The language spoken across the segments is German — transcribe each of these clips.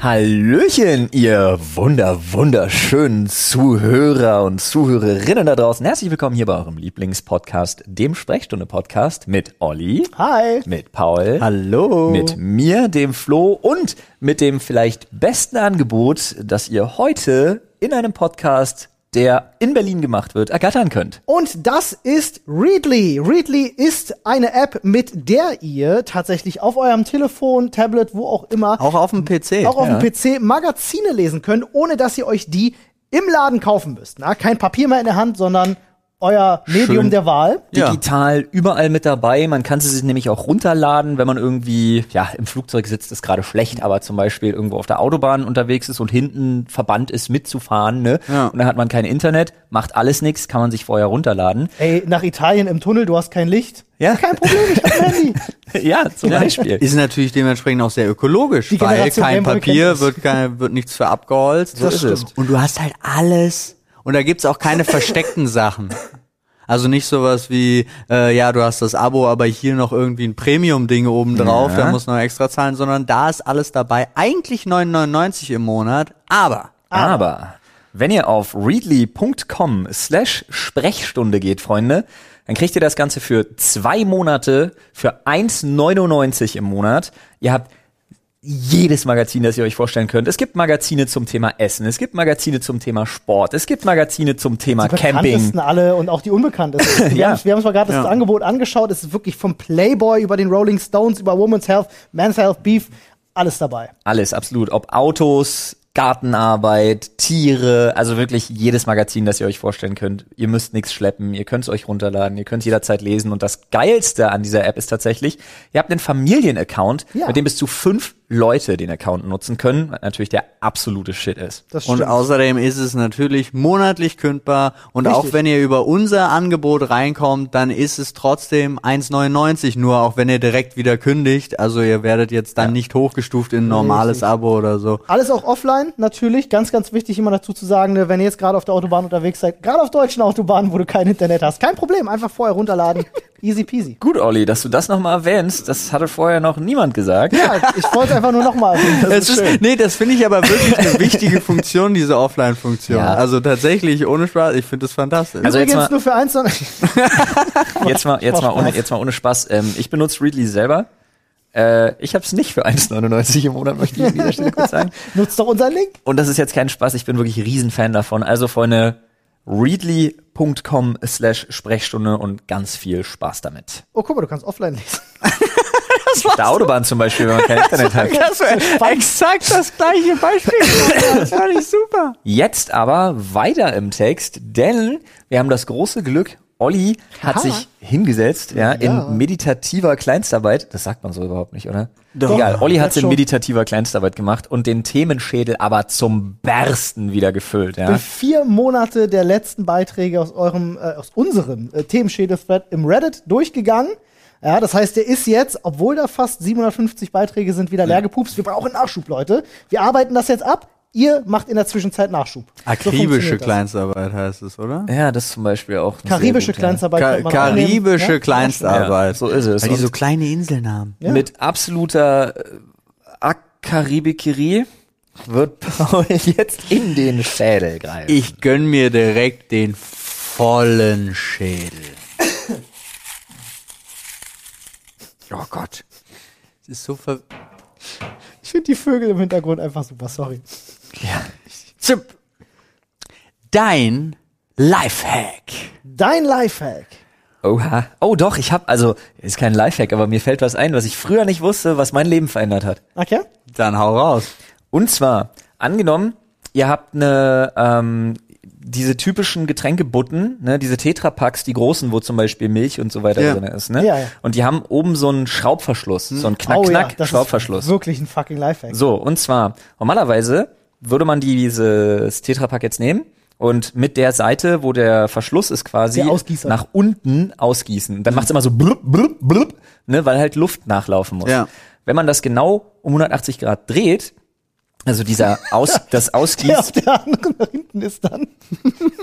Hallöchen, ihr wunder, wunderschönen Zuhörer und Zuhörerinnen da draußen. Herzlich willkommen hier bei eurem Lieblingspodcast, dem Sprechstunde-Podcast mit Olli. Hi. Mit Paul. Hallo. Mit mir, dem Flo und mit dem vielleicht besten Angebot, das ihr heute in einem Podcast, der in Berlin gemacht wird, ergattern könnt. Und das ist Readly. Readly ist eine App, mit der ihr tatsächlich auf eurem Telefon, Tablet, wo auch immer, Auch auf dem PC. auch auf ja. dem PC Magazine lesen könnt, ohne dass ihr euch die im Laden kaufen müsst. Na, kein Papier mehr in der Hand, sondern euer Medium Schön. der Wahl. Ja. digital überall mit dabei. Man kann sie sich nämlich auch runterladen, wenn man irgendwie, ja, im Flugzeug sitzt, ist gerade schlecht, aber zum Beispiel irgendwo auf der Autobahn unterwegs ist und hinten verbannt ist, mitzufahren, ne? Ja. Und dann hat man kein Internet, macht alles nichts, kann man sich vorher runterladen. Ey, nach Italien im Tunnel, du hast kein Licht. Ja. Kein Problem, ich hab ein Handy. ja, zum Beispiel. Ist natürlich dementsprechend auch sehr ökologisch, Die weil Generation kein Gameboy kennt Papier das. wird, kein, wird nichts für abgeholzt. So Das ist es. stimmt. Und du hast halt alles. Und da gibt's auch keine versteckten Sachen. Also nicht sowas wie, äh, ja, du hast das Abo, aber hier noch irgendwie ein Premium-Ding oben drauf, Ja. da musst du noch extra zahlen, sondern da ist alles dabei. Eigentlich 9,99 im Monat, aber Aber wenn ihr auf readly.com slash Sprechstunde geht, Freunde, dann kriegt ihr das Ganze für zwei Monate für 1,99 im Monat. Ihr habt jedes Magazin, das ihr euch vorstellen könnt. Es gibt Magazine zum Thema Essen, es gibt Magazine zum Thema Sport, es gibt Magazine zum Thema Camping. Bekanntesten alle und auch die Unbekanntesten. Wir Ja. haben wir uns mal gerade das Ja. Angebot angeschaut. Es ist wirklich vom Playboy über den Rolling Stones, über Women's Health, Men's Health, Beef, alles dabei. Alles, absolut. Ob Autos, Gartenarbeit, Tiere, also wirklich jedes Magazin, das ihr euch vorstellen könnt. Ihr müsst nichts schleppen, ihr könnt es euch runterladen, ihr könnt jederzeit lesen. Und das Geilste an dieser App ist tatsächlich, ihr habt einen Familienaccount, Ja. mit dem bis zu fünf Leute den Account nutzen können, was natürlich der absolute Shit ist. Das stimmt. Und außerdem ist es natürlich monatlich kündbar und Richtig. auch wenn ihr über unser Angebot reinkommt, dann ist es trotzdem 1,99 nur, auch wenn ihr direkt wieder kündigt. Also ihr werdet jetzt dann nicht hochgestuft in ein normales Richtig. Abo oder so. Alles auch offline, natürlich. Ganz, ganz wichtig immer dazu zu sagen, ne, wenn ihr jetzt gerade auf der Autobahn unterwegs seid, gerade auf deutschen Autobahnen, wo du kein Internet hast, kein Problem, einfach vorher runterladen. Easy peasy. Gut, Olli, dass du das nochmal erwähnst, das hatte vorher noch niemand gesagt. Ja, ich wollte es einfach nur nochmal. Das ist, nee, das finde ich aber wirklich eine wichtige Funktion, diese Offline-Funktion. Ja. Also tatsächlich, ohne Spaß, ich finde das fantastisch. Also jetzt Übrigens mal- nur für eins, sondern Jetzt mal, jetzt mal, ohne, Spaß. jetzt mal ohne Spaß. Ähm, ich benutze Readly selber. Äh, ich habe es nicht für 1,99 im Monat, möchte ich an dieser Stelle kurz sagen. nutzt doch unseren Link. und das ist jetzt kein Spaß, ich bin wirklich Riesenfan davon. Also Freunde, readly.com slash Sprechstunde und ganz viel Spaß damit. Oh, guck mal, du kannst offline lesen. Auf der Autobahn zum Beispiel, wenn man kein Internet hat. das war exakt das gleiche Beispiel. Das fand ich super. Jetzt aber weiter im Text, denn wir haben das große Glück, Olli hat Aha. sich hingesetzt, ja, Ja. in meditativer Kleinstarbeit. Das sagt man so überhaupt nicht, oder? Doch. Egal, Olli hat es Jetzt in schon. meditativer Kleinstarbeit gemacht und den Themenschädel aber zum Bersten wieder gefüllt, ja. bin vier Monate der letzten Beiträge aus eurem, äh, aus unserem äh, Themenschädel-Thread im Reddit durchgegangen. Ja, das heißt, der ist jetzt, obwohl da fast 750 Beiträge sind, wieder leer gepupst. Wir brauchen Nachschub, Leute. Wir arbeiten das jetzt ab. Ihr macht in der Zwischenzeit Nachschub. So Akribische funktioniert das. Kleinstarbeit heißt es, oder? Ja, das zum Beispiel auch. Karibische sehr gut, ja. Kleinstarbeit. Ka könnte man auch nehmen, karibische ne? Ja, Kleinstarbeit. so ist es. Weil die Und- so kleine Inseln haben. Ja. mit absoluter äh, Akaribikerie wird Paul jetzt in den Schädel greifen. Ich gönn mir direkt den vollen Schädel. Oh Gott. Es ist so ver... Ich finde die Vögel im Hintergrund einfach super, sorry. Zip. Dein Lifehack. Dein Lifehack. Oha. Oh doch, ich habe also ist kein Lifehack, aber mir fällt was ein, was ich früher nicht wusste, was mein Leben verändert hat. Ach ja? Dann hau raus. Und zwar angenommen, ihr habt eine ähm, diese typischen Getränkebutten, ne, diese Tetrapacks, die großen, wo zum Beispiel Milch und so weiter Ja. drin ist, ne? Ja, ja. Und die haben oben so einen Schraubverschluss, so einen oh ja, das Knack-Knack-Schraubverschluss. ist wirklich ein fucking Lifehack. So, und zwar, normalerweise würde man dieses Tetrapack jetzt nehmen und mit der Seite, wo der Verschluss ist quasi, Der Ausgießer. nach unten ausgießen. Dann macht's immer so blub, blub, blub, ne, weil halt Luft nachlaufen muss. Ja. Wenn man das genau um 180 Grad dreht, also dieser Aus, das Der auf Ausgieß, der anderen nach hinten ist dann.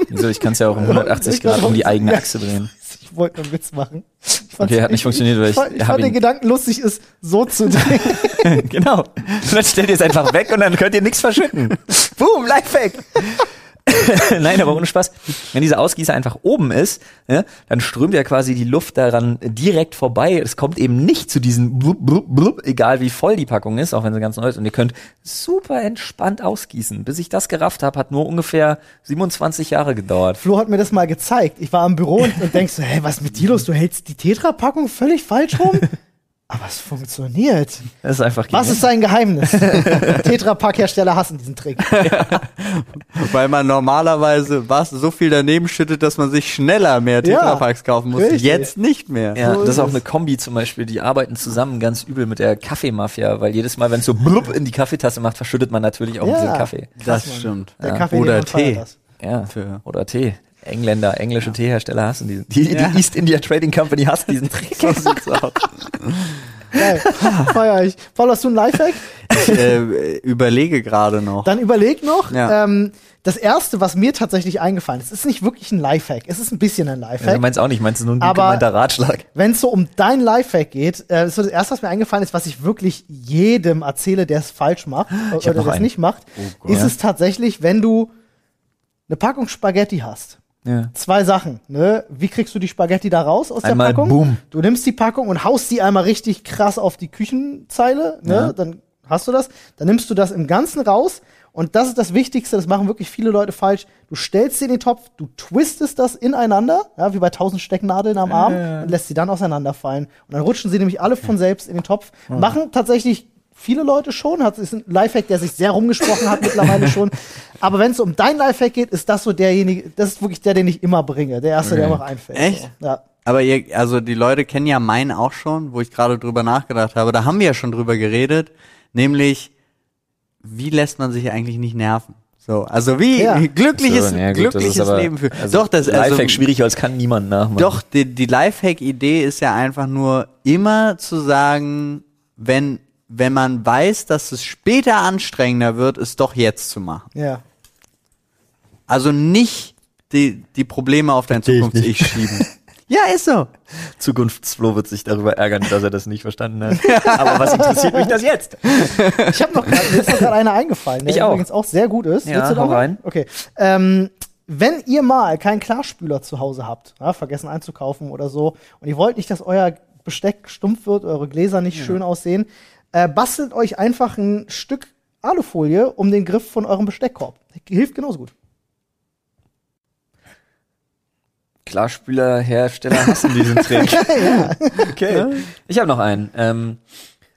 wieso, ich kann es ja auch um 180 Grad um die eigene Achse drehen. Ich wollte nur einen Witz machen. Ich fand's- Okay, hat nicht ich- funktioniert, weil ich- Ich, ich, fand- ich hab fand ihn- den Gedanken lustig, ist so zu denken. genau. Und dann stellt ihr es einfach weg und dann könnt ihr nichts verschütten. Boom, Lifehack. Nein, aber ohne Spaß. Wenn dieser Ausgießer einfach oben ist, ne, dann strömt ja quasi die Luft daran direkt vorbei. Es kommt eben nicht zu diesem blub, blub, blub, egal wie voll die Packung ist, auch wenn sie ganz neu ist. Und ihr könnt super entspannt ausgießen. Bis ich das gerafft habe, hat nur ungefähr 27 Jahre gedauert. Flo hat mir das mal gezeigt. Ich war im Büro und, und denkst so, hey, was ist mit dir los? Du hältst die Tetra-Packung völlig falsch rum? Aber es funktioniert. Das ist einfach Was genial. ist sein Geheimnis? Tetra-Pack-Hersteller hassen diesen Trick. Weil man normalerweise was so viel daneben schüttet, dass man sich schneller mehr Ja, Tetrapacks kaufen muss. richtig. Jetzt nicht mehr. Ja, So das ist ist auch es. eine Kombi zum Beispiel, die arbeiten zusammen ganz übel mit der Kaffeemafia, weil jedes Mal, wenn es so blub in die Kaffeetasse macht, verschüttet man natürlich auch Ja. unseren Kaffee. Das Mann. stimmt. Der Kaffee Oder den man feiert Tee. das. Ja. Für- Oder Tee. Engländer, englische Teehersteller hassen diesen. Die, Ja. die East India Trading Company hasst diesen Trick. So sieht's aus. Geil. Feier ich. Paul, hast du einen Lifehack? Ich äh, überlege gerade noch. Dann überleg noch. Ja. Ähm, das erste, was mir tatsächlich eingefallen ist, ist nicht wirklich ein Lifehack. Es ist ein bisschen ein Ja, Lifehack. du meinst auch nicht, meinst du nur ein gut Aber- gemeinter Ratschlag. Wenn es so um dein Lifehack geht, äh, ist so das erste, was mir eingefallen ist, was ich wirklich jedem erzähle, der es falsch macht Ich hab oder noch das einen. Oh nicht macht, Gott. ist Ja. es tatsächlich, wenn du eine Packung Spaghetti hast. Ja. Zwei Sachen, ne? Wie kriegst du die Spaghetti da raus aus Einmal der Packung? boom. Du nimmst die Packung und haust die einmal richtig krass auf die Küchenzeile, ne? Ja. Dann hast du das. Dann nimmst du das im Ganzen raus. Und das ist das Wichtigste, das machen wirklich viele Leute falsch. Du stellst sie in den Topf, du twistest das ineinander, ja, wie bei tausend Stecknadeln am Arm und lässt sie dann auseinanderfallen. Und dann rutschen sie nämlich alle von selbst in den Topf. Machen tatsächlich viele Leute schon, hat, ist ein Lifehack, der sich sehr rumgesprochen hat mittlerweile schon. Aber wenn es um dein Lifehack geht, ist das so derjenige, das ist wirklich der, den ich immer bringe, der erste, der mir noch einfällt. Echt? So. Ja. Aber ihr, also die Leute kennen ja meinen auch schon, wo ich gerade drüber nachgedacht habe. Da haben wir ja schon drüber geredet, nämlich wie lässt man sich eigentlich nicht nerven? So, also wie Ja. glückliches, So, Also, ja, gut, das glückliches ist aber- Leben führen. Also doch, das also, Lifehack schwierig, weil es kann niemand nachmachen. doch die, die Lifehack-Idee ist ja einfach nur immer zu sagen, wenn wenn man weiß, dass es später anstrengender wird, es doch jetzt zu machen. Ja. Also nicht die, die Probleme auf dein Versteh ich Zukunfts-Ich schieben. ja, ist so. Zukunftsflo wird sich darüber ärgern, dass er das nicht verstanden hat. Aber was interessiert mich das jetzt? Ich habe noch grad, mir ist noch gerade einer eingefallen, der Ich auch. übrigens auch sehr gut ist. Ja, Willst du da hau mal? rein. Okay. Ähm, wenn ihr mal keinen Klarspüler zu Hause habt, ja, vergessen einzukaufen oder so, und ihr wollt nicht, dass euer Besteck stumpf wird, eure Gläser nicht schön aussehen, äh, bastelt euch einfach ein Stück Alufolie um den Griff von eurem Besteckkorb. Hilft genauso gut. Klarspülerhersteller hassen diesen Trick. Okay. Ich habe noch einen. Ähm,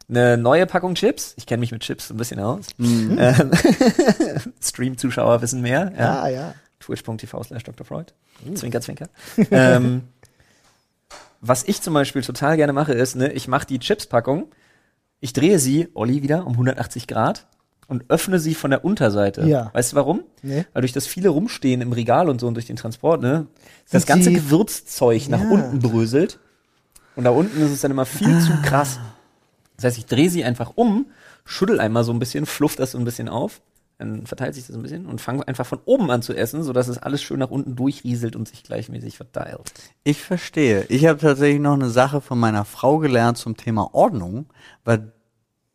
eine neue Packung Chips. Ich kenne mich mit Chips ein bisschen aus. Mhm. Ähm, Stream-Zuschauer wissen mehr. Ja. Ja, Ah, Uh. ja. Twitch.tv slash Dr. Freud. Zwinker, zwinker. ähm, was ich zum Beispiel total gerne mache, ist, ne, ich mache die Chips-Packung, ich drehe sie, Olli wieder, um 180 Grad und öffne sie von der Unterseite. Ja. Weißt du warum? Nee. Weil durch das viele rumstehen im Regal und so und durch den Transport, ne, das ganze sie- Gewürzzeug nach Ja. unten bröselt. Und da unten ist es dann immer viel zu krass. Das heißt, ich drehe sie einfach um, schüttel einmal so ein bisschen, fluff das so ein bisschen auf, dann verteilt sich das ein bisschen und fange einfach von oben an zu essen, sodass es alles schön nach unten durchrieselt und sich gleichmäßig verteilt. Ich verstehe. Ich habe tatsächlich noch eine Sache von meiner Frau gelernt zum Thema Ordnung, weil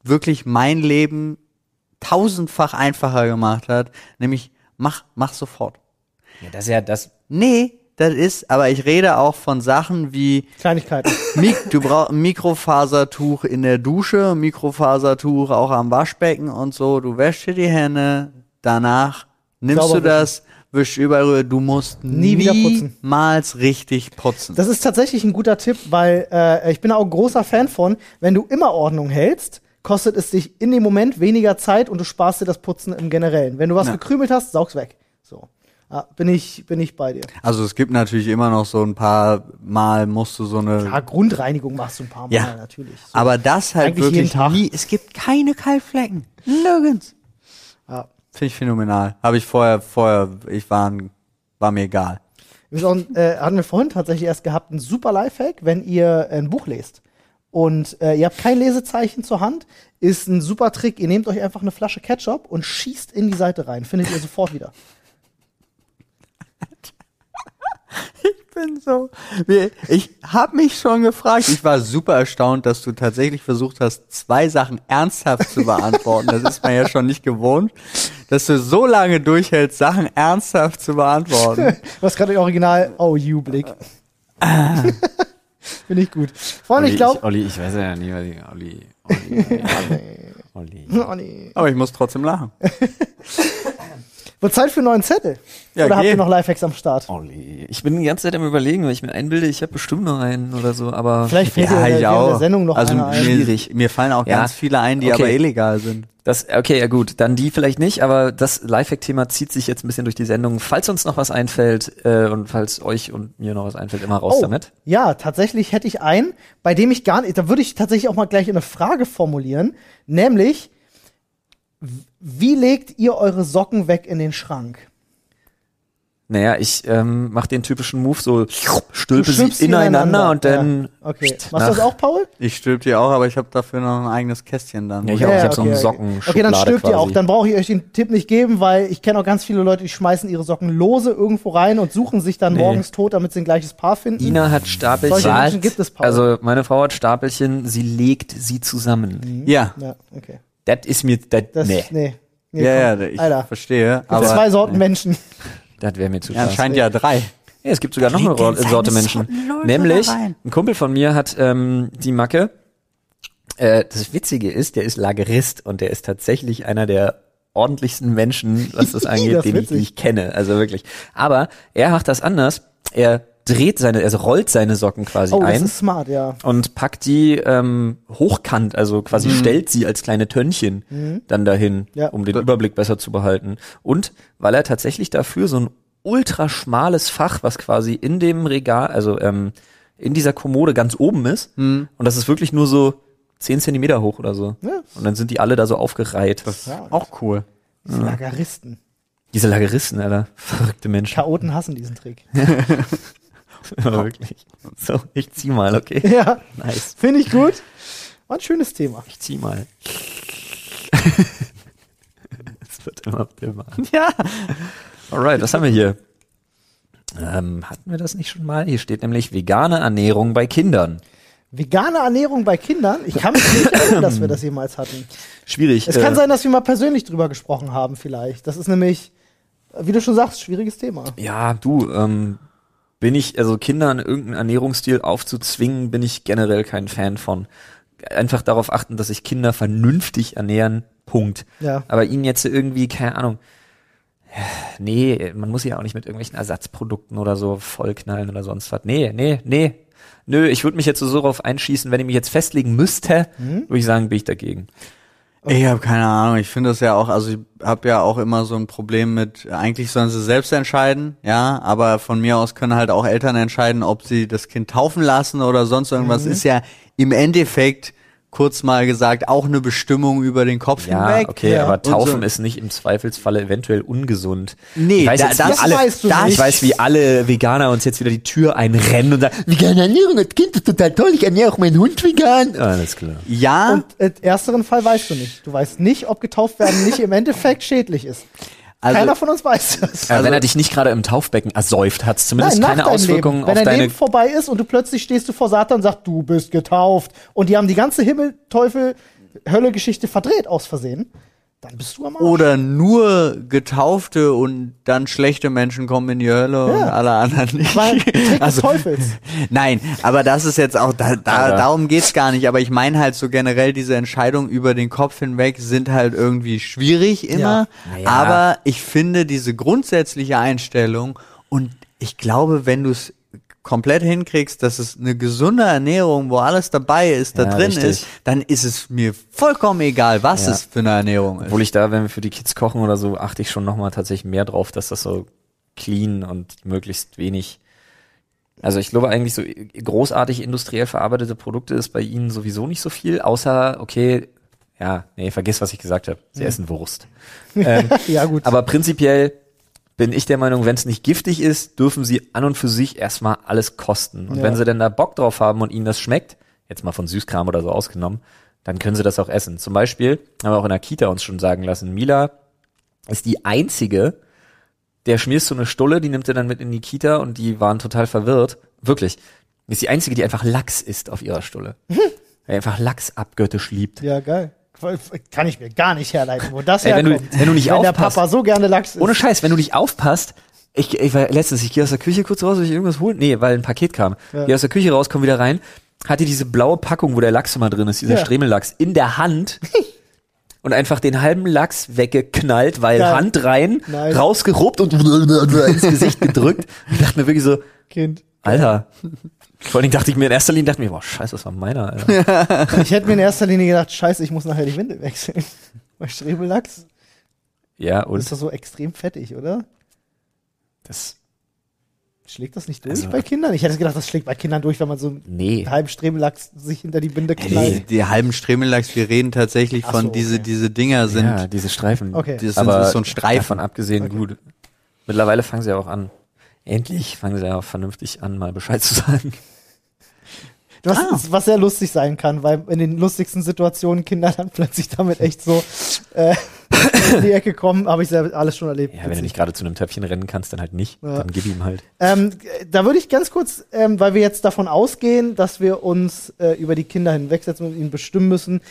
wirklich mein Leben tausendfach einfacher gemacht hat, nämlich mach, mach sofort. Ja, das ist ja das. Nee, das ist, aber ich rede auch von Sachen wie Kleinigkeiten. Mik du brauchst ein Mikrofasertuch in der Dusche, Mikrofasertuch auch am Waschbecken und so. Du wäschst dir die Hände, danach nimmst Sauber du das, wischst überall rüber. Du musst Nie wieder putzen. niemals richtig putzen. Das ist tatsächlich ein guter Tipp, weil äh, ich bin auch ein großer Fan von, wenn du immer Ordnung hältst, kostet es dich in dem Moment weniger Zeit und du sparst dir das Putzen im Generellen. Wenn du was Ja. gekrümelt hast, saug's weg. So. Ah, bin ich bin ich bei dir. Also es gibt natürlich immer noch so ein paar Mal musst du so eine. Ja, Ah, Grundreinigung machst du ein paar Mal Ja. natürlich. So. Aber das halt Eigentlich wirklich jeden Tag. nie. Es gibt keine Kaltflecken. Nirgends. Ja. Finde ich phänomenal. Habe ich vorher, vorher, ich war, ein- war mir egal. Wir sind, äh, hatten wir vorhin tatsächlich erst gehabt, ein super Lifehack, wenn ihr ein Buch lest und äh, ihr habt kein Lesezeichen zur Hand, ist ein super Trick. Ihr nehmt euch einfach eine Flasche Ketchup und schießt in die Seite rein. Findet ihr sofort wieder. bin so. wir- Ich habe mich schon gefragt. Ich war super erstaunt, dass du tatsächlich versucht hast, zwei Sachen ernsthaft zu beantworten. Das ist man ja schon nicht gewohnt, dass du so lange durchhältst, Sachen ernsthaft zu beantworten. Du hast gerade den Original Oh you Blick. Finde ich gut. Freunde, ich glaube. Olli, ich weiß ja nicht, was ich. Olli. Olli. Olli. Oh, nee. Aber ich muss trotzdem lachen. Wird Zeit für einen neuen Zettel. Ja, Oder habt geh. ihr noch Lifehacks am Start? Oh, Olli. Ich bin die ganze Zeit am überlegen, weil ich mir einbilde, ich habe bestimmt noch einen oder so, aber Vielleicht fällt dir in der- während der Sendung noch also einer ein. Mir, mir fallen auch Ja. ganz viele ein, die Okay. aber illegal sind. das, okay, ja gut, dann die vielleicht nicht, aber das Lifehack-Thema zieht sich jetzt ein bisschen durch die Sendung. Falls uns noch was einfällt äh, und falls euch und mir noch was einfällt, immer raus Oh, damit. Ja, tatsächlich hätte ich einen, bei dem ich gar nicht, da würde ich tatsächlich auch mal gleich eine Frage formulieren, nämlich, w- wie legt ihr eure Socken weg in den Schrank? Naja, ich ähm, mache den typischen Move so, stülpe sie schüppst ineinander, und dann... Ja. Okay. pst, Machst du das nach- auch, Paul? Ich stülp dir auch, aber ich habe dafür noch ein eigenes Kästchen dann. Ja, ich Wo auch. Ja, hab so einen Okay. okay, Sockenschublade dann stirbt ihr auch. quasi. Dann brauche ich euch den Tipp nicht geben, weil ich kenne auch ganz viele Leute, die schmeißen ihre Socken lose irgendwo rein und suchen sich dann Nee. morgens tot, damit sie ein gleiches Paar finden. Ina hat Stapelchen. Solche Menschen gibt es, Paul. Also meine Frau hat Stapelchen, sie legt sie zusammen. ja, Ja, okay. Das ist mir, das, Mhm. Das, nee, nee. nee. ja, komm, ja, ich Alter. verstehe. Aber, Aber zwei Sorten Menschen. das wäre mir zu Ja, krass. anscheinend ja drei. Ja, es gibt sogar noch eine Legt denn Ro- seine Sorte Sorten Menschen. Leute Nämlich, da rein? ein Kumpel von mir hat ähm, die Macke. Äh, das Witzige ist, der ist Lagerist und der ist tatsächlich einer der ordentlichsten Menschen, was das angeht, Das ist den ich, die witzig. ich kenne. Also wirklich. Aber er macht das anders. Er dreht seine, also rollt seine Socken quasi Oh, das ein. ist smart, ja. und packt die ähm, hochkant, also quasi stellt sie als kleine Tönnchen dann dahin, Mhm. Ja. um den Überblick besser zu behalten. Und weil er tatsächlich dafür so ein ultra schmales Fach, was quasi in dem Regal, also ähm, in dieser Kommode ganz oben ist, und das ist wirklich nur so 10 Zentimeter hoch oder so. Mhm. Ja. Und dann sind die alle da so aufgereiht. Auch cool. Das sind Lageristen. Diese Lageristen, Alter. Verrückte Menschen. Chaoten hassen diesen Trick. Wirklich. So, ich zieh mal, okay. Ja, Nice. finde ich gut. War ein schönes Thema. Ich zieh mal. Es wird immer dümmer. Ja. Alright, was haben wir hier? Ähm, hatten wir das nicht schon mal? Hier steht nämlich vegane Ernährung bei Kindern. Vegane Ernährung bei Kindern? Ich kann mich nicht erinnern, dass wir das jemals hatten. Schwierig. Es kann sein, dass wir mal persönlich drüber gesprochen haben, vielleicht. Das ist nämlich, wie du schon sagst, schwieriges Thema. Ja, du, ähm, bin ich, also Kindern irgendeinen Ernährungsstil aufzuzwingen, bin ich generell kein Fan von. Einfach darauf achten, dass sich Kinder vernünftig ernähren. Punkt. Ja. Aber ihnen jetzt irgendwie, keine Ahnung. Nee, man muss sie ja auch nicht mit irgendwelchen Ersatzprodukten oder so vollknallen oder sonst was. Nee, nee, nee. Nö, ich würde mich jetzt so, so drauf einschießen, wenn ich mich jetzt festlegen müsste, würde ich sagen, bin ich dagegen. Ich habe keine Ahnung. Ich finde das ja auch, also ich habe ja auch immer so ein Problem mit, eigentlich sollen sie selbst entscheiden, ja, aber von mir aus können halt auch Eltern entscheiden, ob sie das Kind taufen lassen oder sonst irgendwas. Mhm. Ist ja im Endeffekt, kurz mal gesagt, auch eine Bestimmung über den Kopf Ja, hinweg. okay, ja. aber Und so- Taufen ist nicht im Zweifelsfalle eventuell ungesund. Nee, ich weiß da- jetzt, wie das alle, weißt du da- nicht. Ich weiß, wie alle Veganer uns jetzt wieder die Tür einrennen und sagen, vegane Ernährung, das Kind ist total toll, ich ernähre auch meinen Hund vegan. Alles klar. Ja, Und äh, ersteren Fall weißt du nicht. Du weißt nicht, ob getauft werden nicht im Endeffekt schädlich ist. also Keiner von uns weiß das. Also, wenn er dich nicht gerade im Taufbecken ersäuft, hat es zumindest nach keine deinem Auswirkungen Leben. Wenn auf dein deine... Leben vorbei ist und du plötzlich stehst du vor Satan und sagst, du bist getauft und die haben die ganze Himmel, Teufel, Hölle-Geschichte verdreht aus Versehen, dann bist du am Oh, Arsch. oder nur Getaufte und dann schlechte Menschen kommen in die Hölle und Ja. alle anderen nicht. Also, Weil Trick also- des Teufels. Nein, aber das ist jetzt auch, da, da, Aber- darum geht's gar nicht. Aber ich meine halt so generell, diese Entscheidungen über den Kopf hinweg sind halt irgendwie schwierig Ja. immer. Naja. Aber ich finde diese grundsätzliche Einstellung und ich glaube, wenn du es komplett hinkriegst, dass es eine gesunde Ernährung, wo alles dabei ist, da Ja, drin richtig. ist, dann ist es mir vollkommen egal, was Ja. es für eine Ernährung ist. Obwohl ich da, wenn wir für die Kids kochen oder so, achte ich schon nochmal tatsächlich mehr drauf, dass das so clean und möglichst wenig. Also ich glaube eigentlich so großartig industriell verarbeitete Produkte ist bei ihnen sowieso nicht so viel, außer, okay, ja, nee, vergiss, was ich gesagt habe. Sie essen Wurst. ja, gut. Aber prinzipiell bin ich der Meinung, wenn es nicht giftig ist, dürfen sie an und für sich erstmal alles kosten. Und Ja. wenn sie denn da Bock drauf haben und ihnen das schmeckt, jetzt mal von Süßkram oder so ausgenommen, dann können sie das auch essen. Zum Beispiel haben wir auch in der Kita uns schon sagen lassen, Mila ist die einzige, der schmierst so eine Stulle, die nimmt er dann mit in die Kita und die waren total verwirrt. Wirklich. Die Ist die einzige, die einfach Lachs isst auf ihrer Stulle. Hm. Weil er einfach Lachs abgöttisch liebt. Ja, geil. Kann ich mir gar nicht herleiten, wo das Ey, wenn du- herkommt. wenn du nicht wenn der aufpasst. Papa so gerne Lachs isst. Ohne Scheiß, wenn du nicht aufpasst, ich, ich war letztens, ich gehe aus der Küche kurz raus, soll ich irgendwas holen? Nee, weil ein Paket kam. Ja. Geh aus der Küche raus, komm wieder rein, hatte diese blaue Packung, wo der Lachs immer drin ist, dieser Ja. Stremellachs, in der Hand und einfach den halben Lachs weggeknallt, weil Geil. Hand rein, Nice. rausgeruppt und ins Gesicht gedrückt. Ich dachte mir wirklich so, Kind. Alter. Vor allem dachte ich mir in erster Linie, dachte mir, boah, scheiße, das war meiner, Alter. Ich hätte mir in erster Linie gedacht, scheiße, ich muss nachher die Windel wechseln. Bei Strebelachs Ja, und ist das so extrem fettig, oder? das, Schlägt das nicht durch Also- bei Kindern? Ich hätte gedacht, das schlägt bei Kindern durch, wenn man so einen nee. halben Strebelachs sich hinter die Binde knallt. Die, die halben Stremellachs, wir reden tatsächlich Ach von so, diese, okay. diese Dinger sind, ja, diese Streifen. Okay. das sind Aber so ein Streifen. davon abgesehen, gut. Mittlerweile fangen sie ja auch an. Endlich fangen sie ja auch vernünftig an, mal Bescheid zu sagen. Was, was sehr lustig sein kann, weil in den lustigsten Situationen Kinder dann plötzlich damit echt so äh, in die Ecke kommen. Habe ich selber alles schon erlebt. Ja, wenn du Witzig. nicht gerade zu einem Töpfchen rennen kannst, dann halt nicht. Ja. Dann gib ihm halt. Ähm, da würde ich ganz kurz, ähm, weil wir jetzt davon ausgehen, dass wir uns äh, über die Kinder hinwegsetzen und ihnen bestimmen müssen.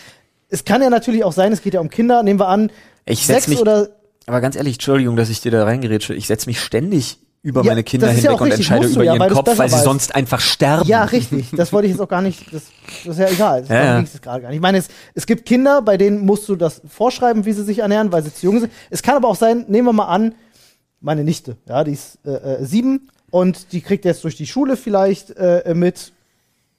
Es kann ja natürlich auch sein, es geht ja um Kinder. Nehmen wir an, Ich setz sechs mich, oder aber ganz ehrlich, Entschuldigung, dass ich dir da reingerätsche. Ich setze mich ständig über Ja, meine Kinder das ist ja hinweg auch und richtig, entscheide musst du über ja, ihren weil du's Kopf, besser weil sie weißt. sonst einfach sterben. Ja, richtig. Das wollte ich jetzt auch gar nicht. Das, das ist ja egal. Das Ja, ja. ja, es gerade gar nicht. Ich meine, es, es gibt Kinder, bei denen musst du das vorschreiben, wie sie sich ernähren, weil sie zu jung sind. Es kann aber auch sein, nehmen wir mal an, meine Nichte, ja, die ist äh, äh, sieben und die kriegt jetzt durch die Schule vielleicht äh, mit,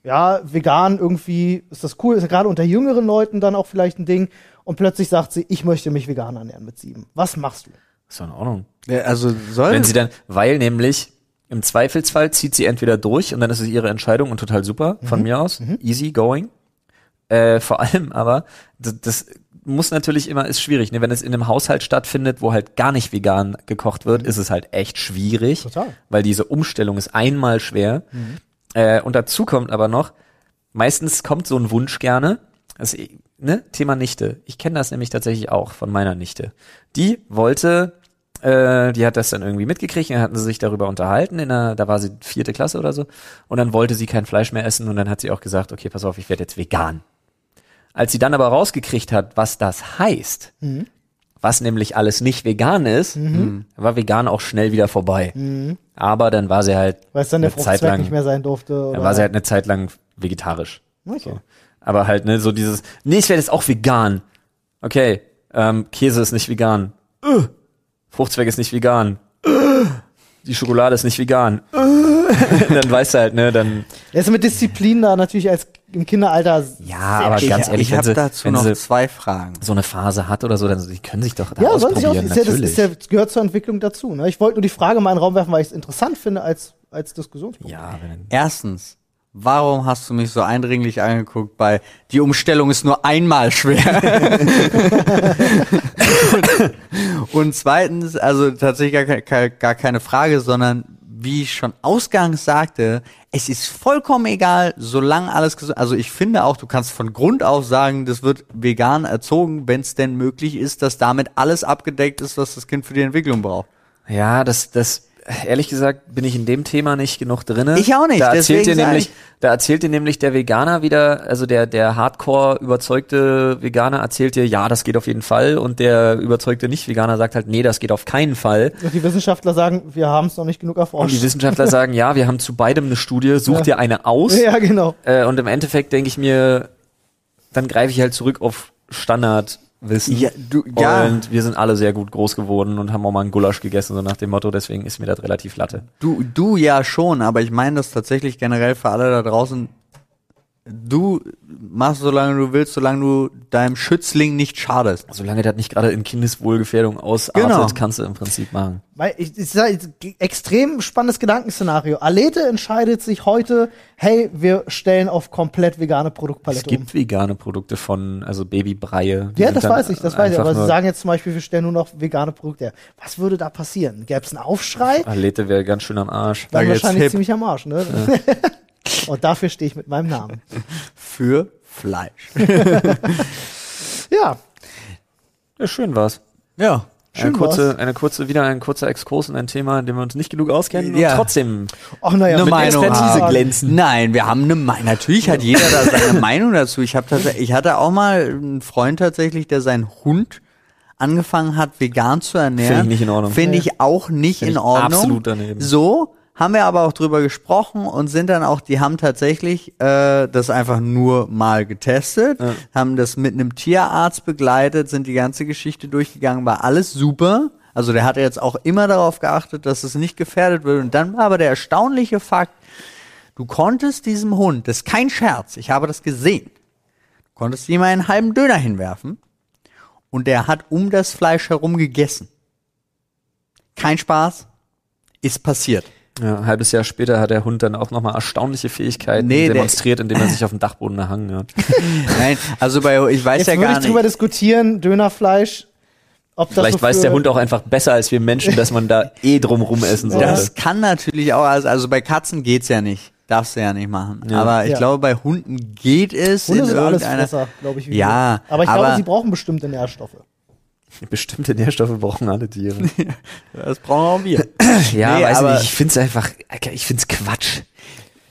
ja, vegan irgendwie ist das cool, ist ja gerade unter jüngeren Leuten dann auch vielleicht ein Ding. Und plötzlich sagt sie, ich möchte mich vegan ernähren mit sieben. Was machst du? Ist doch in Ordnung. Ja, also soll Wenn sie dann, weil nämlich im Zweifelsfall zieht sie entweder durch und dann ist es ihre Entscheidung und total super Mhm. von mir aus, easy going. Äh, vor allem aber, das, das muss natürlich immer, ist schwierig. Ne? Wenn es in einem Haushalt stattfindet, wo halt gar nicht vegan gekocht wird, ist es halt echt schwierig, Total. weil diese Umstellung ist einmal schwer. Äh, und dazu kommt aber noch, meistens kommt so ein Wunsch gerne. Das, ne? Thema Nichte. Ich kenne das nämlich tatsächlich auch von meiner Nichte. Die wollte, äh, die hat das dann irgendwie mitgekriegt, dann hatten sie sich darüber unterhalten, in der, da war sie vierte Klasse oder so, und dann wollte sie kein Fleisch mehr essen und dann hat sie auch gesagt, okay, pass auf, ich werde jetzt vegan. Als sie dann aber rausgekriegt hat, was das heißt, Mhm. was nämlich alles nicht vegan ist, hm, war vegan auch schnell wieder vorbei. Aber dann war sie halt Mhm. Weil es dann der eine Zeit Fruchtzweig lang, nicht mehr sein durfte. Oder? dann war sie halt eine Zeit lang vegetarisch. Okay. So. Aber halt, ne, so dieses, nee, ich werde jetzt auch vegan. Okay, ähm, Käse ist nicht vegan. Äh, Fruchtzweig ist nicht vegan. Äh, die Schokolade ist nicht vegan. Äh, dann weißt du halt, ne, dann. Er ist mit Disziplin da natürlich als im Kinderalter. Ja, aber ich, ganz ehrlich, ich wenn habe sie, dazu wenn noch sie zwei Fragen. so eine Phase hat oder so, dann die können sich doch da ja sonst auch, ausprobieren, ist ja, das natürlich. ist ja, gehört zur Entwicklung dazu. Ne? Ich wollte nur die Frage mal in den Raum werfen, weil ich es interessant finde als, als Diskussionspunkt. ja, wenn, Erstens, warum hast du mich so eindringlich angeguckt bei die Umstellung ist nur einmal schwer? Und zweitens, also tatsächlich gar, ke- gar keine Frage, sondern wie ich schon ausgangs sagte, es ist vollkommen egal, solange alles gesund Also ich finde auch, du kannst von Grund auf sagen, das wird vegan erzogen, wenn es denn möglich ist, dass damit alles abgedeckt ist, was das Kind für die Entwicklung braucht. Ja, das, das, ehrlich gesagt, bin ich in dem Thema nicht genug drinne. Ich auch nicht, Da erzählt dir deswegen sag nämlich, ich- da erzählt dir nämlich der Veganer wieder, also der, der Hardcore überzeugte Veganer erzählt dir, ja, das geht auf jeden Fall. Und der überzeugte Nicht-Veganer sagt halt, nee, das geht auf keinen Fall. Und die Wissenschaftler sagen, wir haben es noch nicht genug Und die erforscht. Wissenschaftler sagen, ja, wir haben zu beidem eine Studie, such dir eine aus. Oh, Ja, genau. Äh, und im Endeffekt denke ich mir, dann greife ich halt zurück auf Standardwissen. Ja, du- ja. Und wir sind alle sehr gut groß geworden und haben auch mal einen Gulasch gegessen, so nach dem Motto, deswegen ist mir das relativ latte. Du, du ja schon, aber ich meine das tatsächlich generell für alle da draußen. Du machst, solange du willst, solange du deinem Schützling nicht schadest. Solange das nicht gerade in Kindeswohlgefährdung ausartet, Genau. kannst du im Prinzip machen. Weil ich, ich sag, jetzt, extrem spannendes Gedankenszenario. Alete entscheidet sich heute, hey, wir stellen auf komplett vegane Es Produktpalette um. gibt vegane Produkte von, also Babybreie. die Ja, sind das dann weiß ich, das weiß ich. einfach Aber sie nur- sagen jetzt zum Beispiel, wir stellen nur noch vegane Produkte her. Was würde da passieren? Gäbe es einen Aufschrei? Alete wäre ganz schön am Arsch. Da Dann geht's wahrscheinlich hip. ziemlich am Arsch, ne? Und dafür stehe ich mit meinem Namen. Für Fleisch. Ja, Ja, schön war's. Ja. Schön eine kurze, eine kurze, wieder ein kurzer Exkurs in ein Thema, in dem wir uns nicht genug auskennen Ja. und trotzdem Ach, naja, eine mit Meinung Expertise haben. glänzt. Nein, wir haben eine Meinung. Natürlich hat jeder da seine Meinung dazu. Ich, hab tatsächlich- ich hatte auch mal einen Freund tatsächlich, der seinen Hund angefangen hat, vegan zu ernähren. Finde ich nicht in Ordnung. Finde ich auch nicht Finde in ich Ordnung. absolut daneben. So haben wir aber auch drüber gesprochen und sind dann auch, die haben tatsächlich äh, das einfach nur mal getestet, haben das mit einem Tierarzt begleitet, sind die ganze Geschichte durchgegangen, war alles super. Also der hat jetzt auch immer darauf geachtet, dass es nicht gefährdet wird. Und dann war aber der erstaunliche Fakt, Du konntest diesem Hund, das ist kein Scherz, ich habe das gesehen, du konntest ihm einen halben Döner hinwerfen und er hat um das Fleisch herum gegessen. Kein Spaß, ist passiert. Ja, ein halbes Jahr später hat der Hund dann auch nochmal erstaunliche Fähigkeiten Nee, der- demonstriert, indem er sich auf dem Dachboden erhangen hat. Nein, also bei, ich weiß Jetzt ja würde gar ich drüber nicht. diskutieren, Dönerfleisch, ob das Vielleicht so weiß für- der Hund auch einfach besser als wir Menschen, dass man da eh drum rum essen sollte. Das kann natürlich auch, also, also bei Katzen geht's ja nicht. Darfst du ja nicht machen. Aber ich Ja. glaube, bei Hunden geht es. Hunde in sind alles irgendeiner- Fresser, glaube ich. wie Ja, wir. Aber ich aber- glaube, sie brauchen bestimmte Nährstoffe. Bestimmte Nährstoffe brauchen alle Tiere. Das brauchen auch wir. ja, Nee, weiß ich aber- nicht. Ich find's einfach, ich find's Quatsch.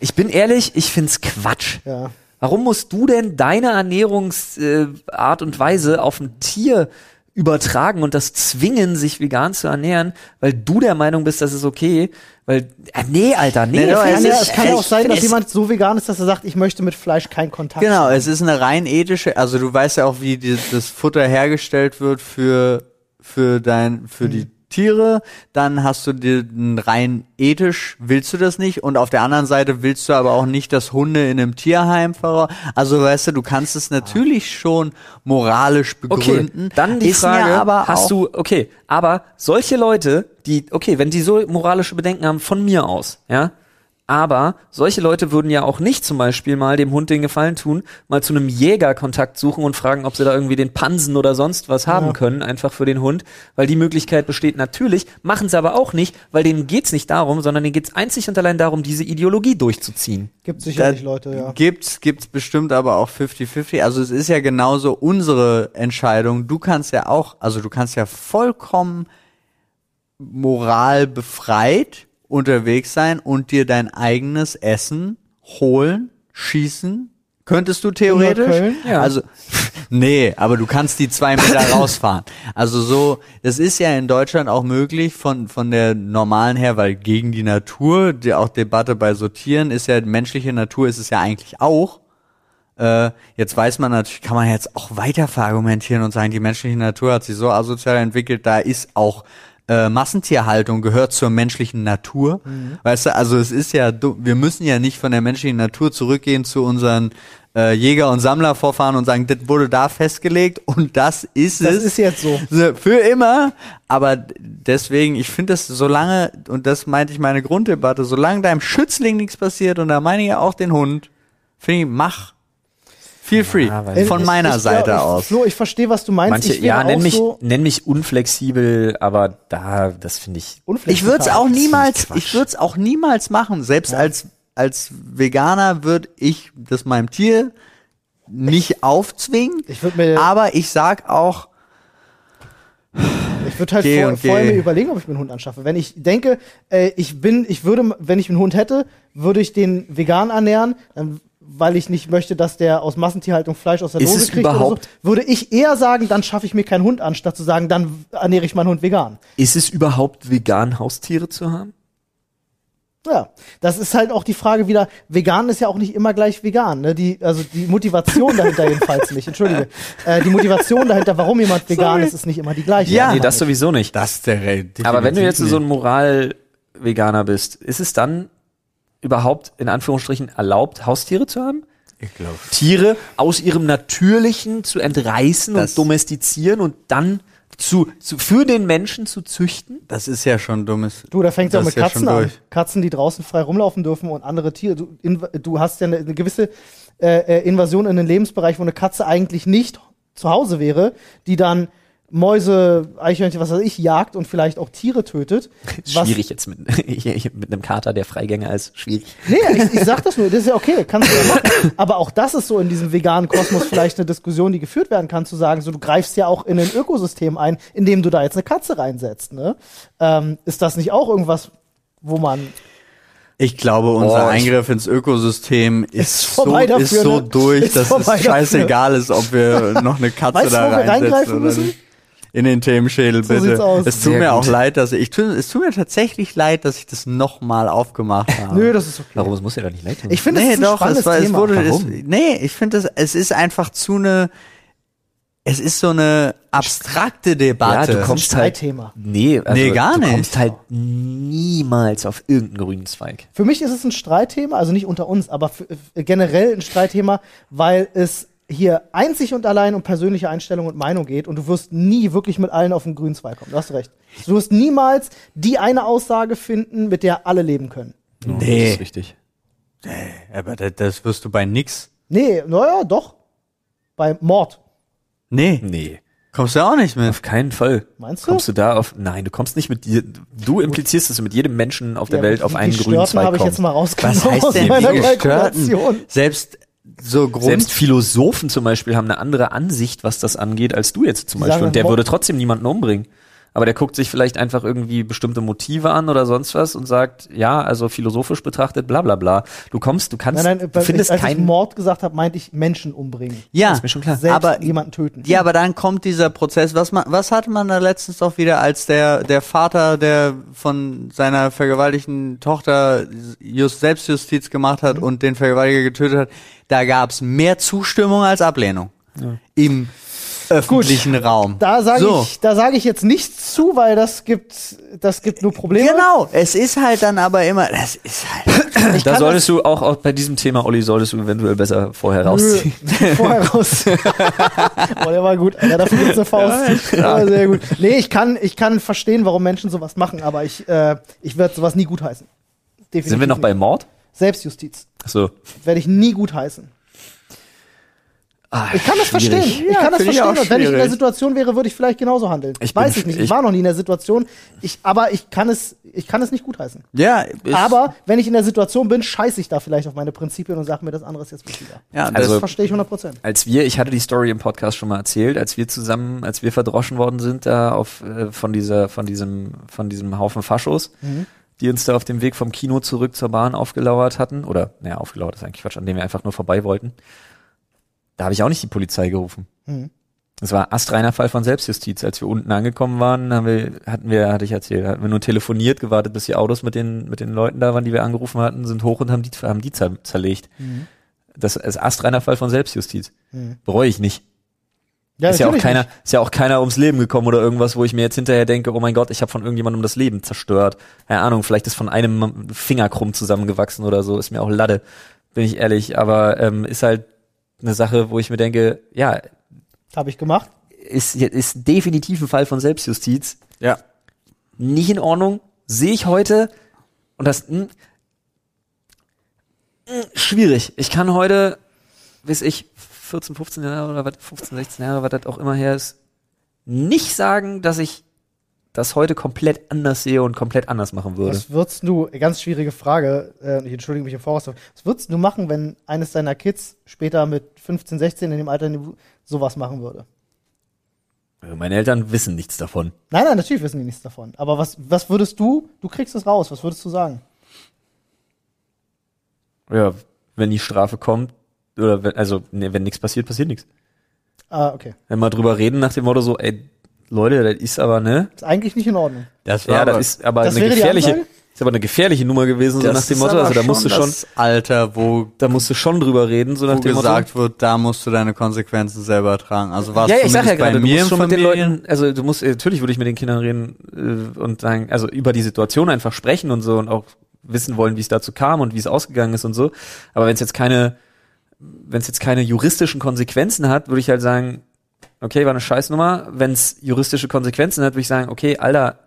Ich bin ehrlich, ich find's Quatsch. Ja. Warum musst du denn deine Ernährungsart äh, Art und Weise auf ein Tier übertragen und das zwingen, sich vegan zu ernähren, weil du der Meinung bist, das ist okay? Weil, ah, nee, Alter, nee. Nee, aber find Es, ich- kann ja, Es ist- es kann ja auch ich sein, find dass es- jemand so vegan ist, dass er sagt, ich möchte mit Fleisch keinen Kontakt. Genau, es ist eine rein ethische, also du weißt ja auch, wie die, das Futter hergestellt wird für, für dein, für Mhm. die Tiere, dann hast du dir ein rein ethisch, willst du das nicht und auf der anderen Seite willst du aber auch nicht, dass Hunde in einem Tierheim verrauchen. Also weißt du, du kannst es natürlich schon moralisch Ah. Okay, begründen. dann die Ist mir Frage, aber auch, hast du, okay, aber solche Leute, die, okay, wenn die so moralische Bedenken haben, von mir aus, ja, aber solche Leute würden ja auch nicht zum Beispiel mal dem Hund den Gefallen tun, mal zu einem Jäger Kontakt suchen und fragen, ob sie da irgendwie den Pansen oder sonst was haben können, einfach für den Hund, weil die Möglichkeit besteht natürlich, machen sie aber auch nicht, weil denen geht's nicht darum, sondern denen geht's einzig und allein darum, diese Ideologie durchzuziehen. Gibt Da sicherlich Leute, ja. Gibt's, gibt's bestimmt aber auch 50-50. Also es ist ja genauso unsere Entscheidung. Du kannst ja auch, also du kannst ja vollkommen moralbefreit unterwegs sein und dir dein eigenes Essen holen, schießen. Könntest du theoretisch? Köln? Ja. Also, nee, aber du kannst die zwei Meter rausfahren. Also so, das ist ja in Deutschland auch möglich von, von der normalen her, weil gegen die Natur, die auch Debatte bei Sortieren ist ja, menschliche Natur ist es ja eigentlich auch. Äh, jetzt weiß man natürlich, kann man jetzt auch weiter verargumentieren und sagen, die menschliche Natur hat sich so asozial entwickelt, da ist auch äh, Massentierhaltung gehört zur menschlichen Natur. Mhm. Weißt du, also es ist ja, du- wir müssen ja nicht von der menschlichen Natur zurückgehen zu unseren äh, Jäger- und Sammlervorfahren und sagen, das wurde da festgelegt und das ist Das es. ist jetzt so. So, Für immer. Aber deswegen, ich finde das, solange, und das meinte ich meine Grunddebatte, solange deinem Schützling nichts passiert, und da meine ich ja auch den Hund, finde ich, mach. Feel free. weil- von Ich- meiner ich, Seite glaub, ich, aus. Flo, ich verstehe, was du meinst. Manche, ich wäre ja, auch nenn mich, so nenn mich unflexibel, aber da, das finde ich, Ich würde es unflexibel. Das auch ist niemals, Quatsch. ich würde es auch niemals machen. Selbst als, als Veganer würde ich das meinem Tier nicht aufzwingen. Ich würd mir- aber ich sag auch, Ich würde halt Geh vor, und vorher geh. mir überlegen, ob ich mir einen Hund anschaffe. Wenn ich denke, äh, ich bin, ich würde, wenn ich einen Hund hätte, würde ich den vegan ernähren, dann, weil ich nicht möchte, dass der aus Massentierhaltung Fleisch aus der Ist Dose es kriegt oder überhaupt- so, würde ich eher sagen, dann schaffe ich mir keinen Hund an, statt zu sagen, dann ernähre ich meinen Hund vegan. Ist es überhaupt vegan, Haustiere zu haben? Ja, das ist halt auch die Frage wieder, vegan ist ja auch nicht immer gleich vegan, ne? Die, also die Motivation dahinter jedenfalls nicht, entschuldige. Äh, die Motivation dahinter, warum jemand vegan ist, ist nicht immer die gleiche. Ja, nee, das sowieso nicht. das ist der Re- Aber wenn du jetzt definitiv so ein Moral-Veganer bist, ist es dann überhaupt in Anführungsstrichen erlaubt, Haustiere zu haben? nicht. Ich glaub, Tiere aus ihrem Natürlichen zu entreißen Das- und domestizieren und dann zu, zu, für den Menschen zu züchten? Das ist ja schon dummes. Du, da fängt's ja Das mit ist ja Katzen schon an. durch. Katzen, die draußen frei rumlaufen dürfen und andere Tiere. Du, in, du hast ja eine, eine gewisse äh, äh, Invasion in den Lebensbereich, wo eine Katze eigentlich nicht zu Hause wäre, die dann Mäuse, Eichhörnchen, was weiß ich, jagt und vielleicht auch Tiere tötet. Was, Schwierig jetzt mit, ich- ich- mit einem Kater, der Freigänger ist. Schwierig. Nee, ich, ich sag das nur, das ist ja okay, kannst du ja machen. Aber auch das ist so in diesem veganen Kosmos vielleicht eine Diskussion, die geführt werden kann, zu sagen, so du greifst ja auch in ein Ökosystem ein, indem du da jetzt eine Katze reinsetzt. Ne? Ähm, ist das nicht auch irgendwas, wo man Ich glaube, unser Oh, ich- Eingriff ins Ökosystem ist, so, vorbei dafür, ist so ne? durch, Ist dass es vorbei dafür. scheißegal ist, ob wir noch eine Katze Weißt du, da wo wir reinsetzen reingreifen oder müssen? nicht. In den Themenschädel, So bitte. sieht's aus. Es tut Sehr mir gut. auch leid, dass ich, ich tu, es tut mir tatsächlich leid, dass ich das nochmal aufgemacht habe. Nö, das ist okay. Warum? Es muss ja doch nicht leid sein. Ich finde, es ist ein spannendes es, war, Thema. es wurde, es, Warum? nee, ich finde, es, es ist einfach zu eine, es ist so eine abstrakte Debatte. Ja, du kommst halt. Streitthema. Nee, also Nee, gar Du nicht. kommst halt niemals auf irgendeinen grünen Zweig. Für mich ist es ein Streitthema, also nicht unter uns, aber f- f- generell ein Streitthema, weil es hier einzig und allein um persönliche Einstellung und Meinung geht und du wirst nie wirklich mit allen auf den grünen Zweig kommen. Du hast recht. Du wirst niemals die eine Aussage finden, mit der alle leben können. Das nee, ist richtig. aber das, das wirst du bei nix. Nee, naja, doch. Bei Mord, Nee, Nee. kommst du auch nicht mit. Auf keinen Fall. meinst du? Kommst du da auf. Nein, du kommst nicht mit dir. Du implizierst, dass du mit jedem Menschen auf der Ja, Welt auf die einen grünen Gestörten Zweig habe ich jetzt kommst. mal rausgenommen Was heißt aus denn meiner wie Kalkulation. gestörten? Selbst so Selbst Grund, Philosophen zum Beispiel haben eine andere Ansicht, was das angeht, als du jetzt zum Die Beispiel. sagen, oh. Und der Mo- würde trotzdem niemanden umbringen. Aber der guckt sich vielleicht einfach irgendwie bestimmte Motive an oder sonst was und sagt, ja, also philosophisch betrachtet, bla bla bla. Du kommst, du kannst, Nein, nein, du bei- findest als ich keinen. Mord gesagt habe, meinte ich Menschen umbringen. ja, ist mir schon klar. Selbst aber jemanden töten. ja, aber dann kommt dieser Prozess. Was man, was hatte man da letztens doch wieder, als der der Vater, der von seiner vergewaltigten Tochter just Selbstjustiz gemacht Mhm. hat und den Vergewaltiger getötet hat, da gab's mehr Zustimmung als Ablehnung im öffentlichen Raum. Da sage so. ich, da sage ich jetzt nichts zu, weil das gibt, das gibt nur Probleme. Genau, es ist halt dann aber immer, das ist halt. Da kann solltest du auch, auch bei diesem Thema, Olli, solltest du eventuell besser vorher Nö, rausziehen. Vorher raus. Boah, der war gut. Alter, dafür gibt's eine Faust. Der war sehr gut. Nee, ich kann, ich kann verstehen, warum Menschen sowas machen, aber ich, äh, ich werde sowas nie gutheißen. Definitiv Sind wir noch nicht. bei Mord? Selbstjustiz? Achso. Werde ich nie gutheißen. Ah, Ich kann das schwierig. verstehen. Ich Ja, kann das finde ich verstehen. auch Und wenn ich in der schwierig. Situation wäre, würde ich vielleicht genauso handeln. Ich Weiß bin- ich nicht. Ich, ich- war noch nie in der Situation. Ich, aber ich kann es, ich kann es nicht gutheißen. Ja, ist- Aber wenn ich in der Situation bin, scheiße ich da vielleicht auf meine Prinzipien und sage mir, das andere ist jetzt wichtiger. ja, das, Das Also- verstehe ich 100 Prozent. als wir, ich hatte die Story im Podcast schon mal erzählt, als wir zusammen, als wir verdroschen worden sind da auf äh, von dieser, von diesem, von diesem Haufen Faschos, die uns da auf dem Weg vom Kino zurück zur Bahn aufgelauert hatten, oder naja, aufgelauert ist eigentlich Quatsch, an dem wir einfach nur vorbei wollten. Da habe ich auch nicht die Polizei gerufen. Das war astreiner Fall von Selbstjustiz. Als wir unten angekommen waren, haben wir, hatten wir, hatte ich erzählt, hatten wir nur telefoniert, gewartet, bis die Autos mit den, mit den Leuten da waren, die wir angerufen hatten, sind hoch und haben die, haben die zer, zerlegt. Das ist astreiner Fall von Selbstjustiz. Bereue ich nicht. ist, ja auch Hm. natürlich keiner, nicht. ist ja auch keiner ums Leben gekommen oder irgendwas, wo ich mir jetzt hinterher denke, oh mein Gott, ich habe von irgendjemandem das Leben zerstört. Keine Ahnung, vielleicht ist von einem Finger krumm zusammengewachsen oder so, ist mir auch Lade, bin ich ehrlich. Aber ähm, ist halt eine Sache, wo ich mir denke, ja, Habe ich gemacht. ist, ist definitiv ein Fall von Selbstjustiz. ja. Nicht in Ordnung. Sehe ich heute. Und das, hm, mh, mh, schwierig. Ich kann heute, weiß ich, 14, 15 Jahre oder was, 15, 16 Jahre, was das auch immer her ist, nicht sagen, dass ich das heute komplett anders sehe und komplett anders machen würde. Was würdest du, ganz schwierige Frage, äh, ich entschuldige mich im Voraus, dafür. was würdest du machen, wenn eines deiner Kids später mit 15, 16 in dem Alter in dem du sowas machen würde? Also Meine Eltern wissen nichts davon. Nein, nein, natürlich wissen die nichts davon. Aber was, was würdest du, du kriegst es raus, was würdest du sagen? Ja, wenn die Strafe kommt, oder wenn, also, nee, wenn nichts passiert, passiert nichts. Ah, okay. Wenn wir drüber reden nach dem Motto so, ey, Leute, das ist aber, ne? Ist eigentlich nicht in Ordnung. Das war Ja, aber, das ist aber Das eine wäre die gefährliche, Ansage? ist aber eine gefährliche Nummer gewesen, so das nach dem ist Motto. aber Also da musst du schon, das Alter, wo da musst du schon drüber reden, so nach wo dem gesagt wird, da musst du deine Konsequenzen selber tragen. Also war es Motto. Ja, ja, ich sag ja zumindest gerade, bei du mir musst schon im mit den Familien- Leuten, also du musst, äh, natürlich würde ich mit den Kindern reden äh, und sagen, also über die Situation einfach sprechen und so und auch wissen wollen, wie es dazu kam und wie es ausgegangen ist und so. Aber wenn es jetzt keine, wenn es jetzt keine juristischen Konsequenzen hat, würde ich halt sagen, okay, war eine Scheißnummer. Wenn es juristische Konsequenzen hat, würde ich sagen, okay, Alter,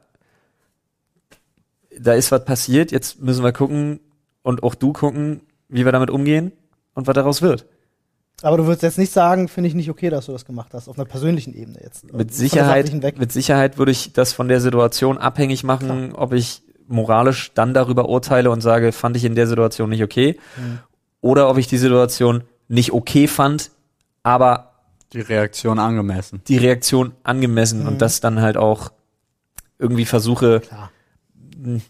da ist was passiert, jetzt müssen wir gucken und auch du gucken, wie wir damit umgehen und was daraus wird. Aber du würdest jetzt nicht sagen, finde ich nicht okay, dass du das gemacht hast, auf einer persönlichen Ebene jetzt. Von Mit der Sicherheit, sachlichen weg. mit Sicherheit würde ich das von der Situation abhängig machen, ob ich moralisch dann darüber urteile und sage, fand ich in der Situation nicht okay. Oder ob ich die Situation nicht okay fand, aber Die Reaktion angemessen. die Reaktion angemessen und das dann halt auch irgendwie versuche, Klar.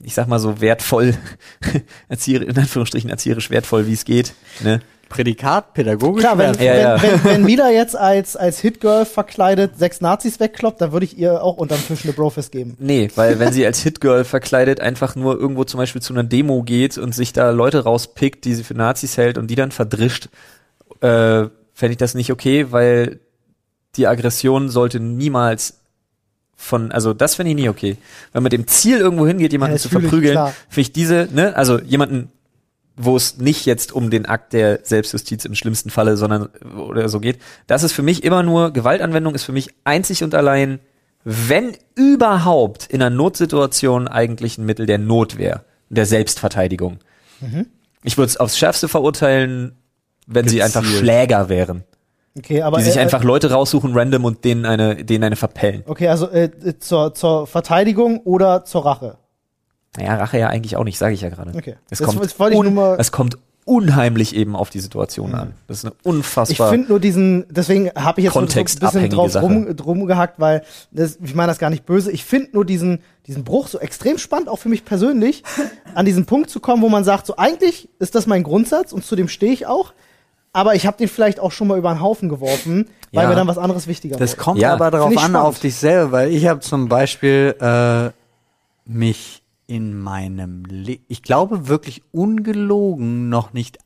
ich sag mal so wertvoll, erzieherisch, in Anführungsstrichen erzieherisch wertvoll, wie es geht. Ne? Prädikat, pädagogisch. Klar, wenn, wertvoll. Ja, ja. Wenn, wenn, wenn Mila jetzt als, als Hitgirl verkleidet sechs Nazis wegkloppt, dann würde ich ihr auch unterm Tisch eine Brofist geben. Nee, weil wenn sie als Hitgirl verkleidet einfach nur irgendwo zum Beispiel zu einer Demo geht und sich da Leute rauspickt, die sie für Nazis hält und die dann verdrischt, äh, fände ich das nicht okay, weil die Aggression sollte niemals von, also das finde ich nie okay. Wenn man mit dem Ziel irgendwo hingeht, jemanden Ja, zu natürlich, verprügeln, klar. finde ich diese, ne, also jemanden, wo es nicht jetzt um den Akt der Selbstjustiz im schlimmsten Falle, sondern äh, oder so geht, das ist für mich immer nur, Gewaltanwendung ist für mich einzig und allein, wenn überhaupt, in einer Notsituation eigentlich ein Mittel der Notwehr, der Selbstverteidigung. Mhm. Ich würde es aufs Schärfste verurteilen, wenn sie einfach Gezielt. Schläger wären, Okay, aber die sich äh, einfach Leute raussuchen random und denen eine, denen eine verpellen. Okay, also äh, äh, zur, zur Verteidigung oder zur Rache. Naja, Rache ja eigentlich auch nicht, sage ich ja gerade. Okay. Es, Das- kommt das wollte ich un- nur mal- Mhm. es kommt unheimlich eben auf die Situation an. Das ist eine Ich unfassbar. finde nur diesen, deswegen habe ich jetzt so ein bisschen Kontextabhängige drauf Sache. rum, drum gehackt, weil das, ich meine das gar nicht böse. Ich finde nur diesen, diesen Bruch so extrem spannend, auch für mich persönlich, an diesen Punkt zu kommen, wo man sagt, so eigentlich ist das mein Grundsatz und zu dem stehe ich auch, aber ich habe den vielleicht auch schon mal über den Haufen geworfen, weil Ja. mir dann was anderes wichtiger Das wurde. kommt Ja. aber darauf Find ich an, spannend. auf dich selber, weil ich habe zum Beispiel äh, mich in meinem Le ich glaube wirklich ungelogen noch nicht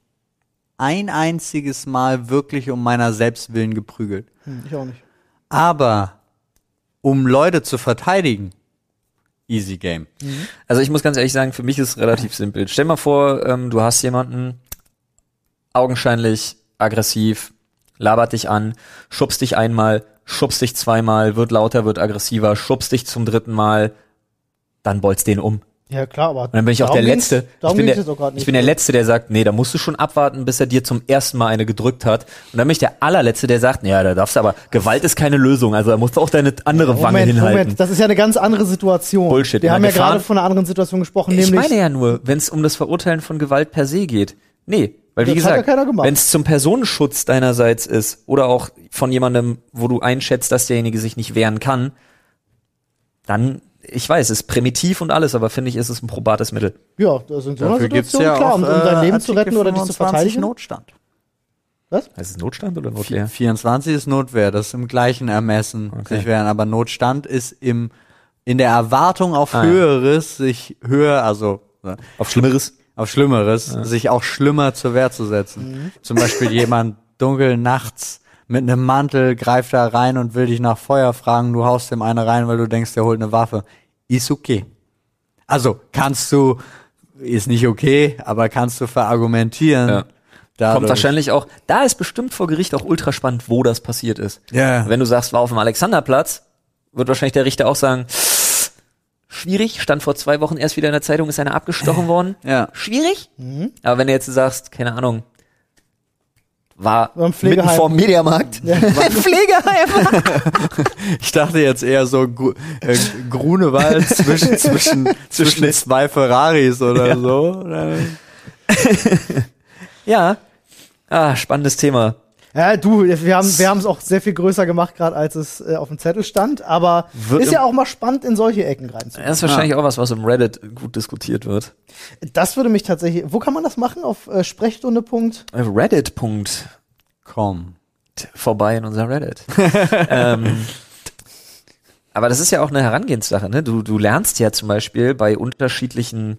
ein einziges Mal wirklich um meiner Selbstwillen geprügelt. Hm, ich auch nicht. Aber um Leute zu verteidigen, easy game. Also ich muss ganz ehrlich sagen, für mich ist es relativ simpel. Stell mal vor, ähm, du hast jemanden augenscheinlich aggressiv, labert dich an, schubst dich einmal, schubst dich zweimal, wird lauter, wird aggressiver, schubst dich zum dritten Mal, dann bolst den um. Ja, klar, aber. Und dann bin ich auch der Letzte. Ich Darum bin geht's der, jetzt auch gerade nicht. ich bin der Letzte, der sagt, nee, da musst du schon abwarten, bis er dir zum ersten Mal eine gedrückt hat. Und dann bin ich der allerletzte, der sagt, ja, da darfst du aber, Gewalt ist keine Lösung, also da musst du auch deine andere Wange Moment, hinhalten. Moment, das ist ja eine ganz andere Situation. Bullshit, Wir in haben ja der Gefahren- gerade von einer anderen Situation gesprochen, Ich nämlich. meine ja nur, wenn es um das Verurteilen von Gewalt per se geht. Nee, weil wie Das hat ja gesagt, keiner gemacht. wenn es zum Personenschutz deinerseits ist oder auch von jemandem, wo du einschätzt, dass derjenige sich nicht wehren kann, dann, ich weiß, es ist primitiv und alles, aber finde ich, ist es ein probates Mittel. Ja, das sind so eine Dafür gibt's Situation, ja klar, auch, um, um äh, dein Leben zu Artikel retten oder dich zu 25 verteidigen. Notstand. Heißt es Notstand oder Vier- 24 ist Notwehr, das ist im gleichen Ermessen Okay. sich wehren, aber Notstand ist im in der Erwartung auf Ah, ja. höheres sich höher, also ne, Auf Schlimmeres? auf schlimmeres, sich auch schlimmer zur Wehr zu setzen. Zum Beispiel jemand dunkel nachts mit einem Mantel greift da rein und will dich nach Feuer fragen, du haust dem eine rein, weil du denkst, der holt eine Waffe. Ist okay. Also kannst du ist nicht okay, aber kannst du verargumentieren. Ja. Kommt dadurch. wahrscheinlich auch, da ist bestimmt vor Gericht auch ultra spannend, wo das passiert ist. Ja. Wenn du sagst, war auf dem Alexanderplatz, wird wahrscheinlich der Richter auch sagen, schwierig, stand vor zwei Wochen erst wieder in der Zeitung, ist einer abgestochen worden. Ja. Mhm. Schwierig. Aber wenn du jetzt sagst, keine Ahnung, war War im Pflegeheim. mitten vorm Mediamarkt. War im Pflegeheim. Ich dachte jetzt eher so Gru äh, Grunewald zwischen, zwischen, zwischen zwei Ferraris oder so. ja. Ah, spannendes Thema. Ja, du, wir haben wir haben es auch sehr viel größer gemacht, gerade als es äh, auf dem Zettel stand. Aber Wird ist ja auch mal spannend, in solche Ecken reinzugehen. Das ist wahrscheinlich auch was, was im Reddit gut diskutiert wird. Äh, Das würde mich tatsächlich. Wo kann man das machen? Auf äh, Sprechstunde. Punkt. Reddit. Punkt. Komm. vorbei in unser Reddit. ähm, aber das ist ja auch eine Herangehenssache. Ne? Du, du lernst ja zum Beispiel bei unterschiedlichen,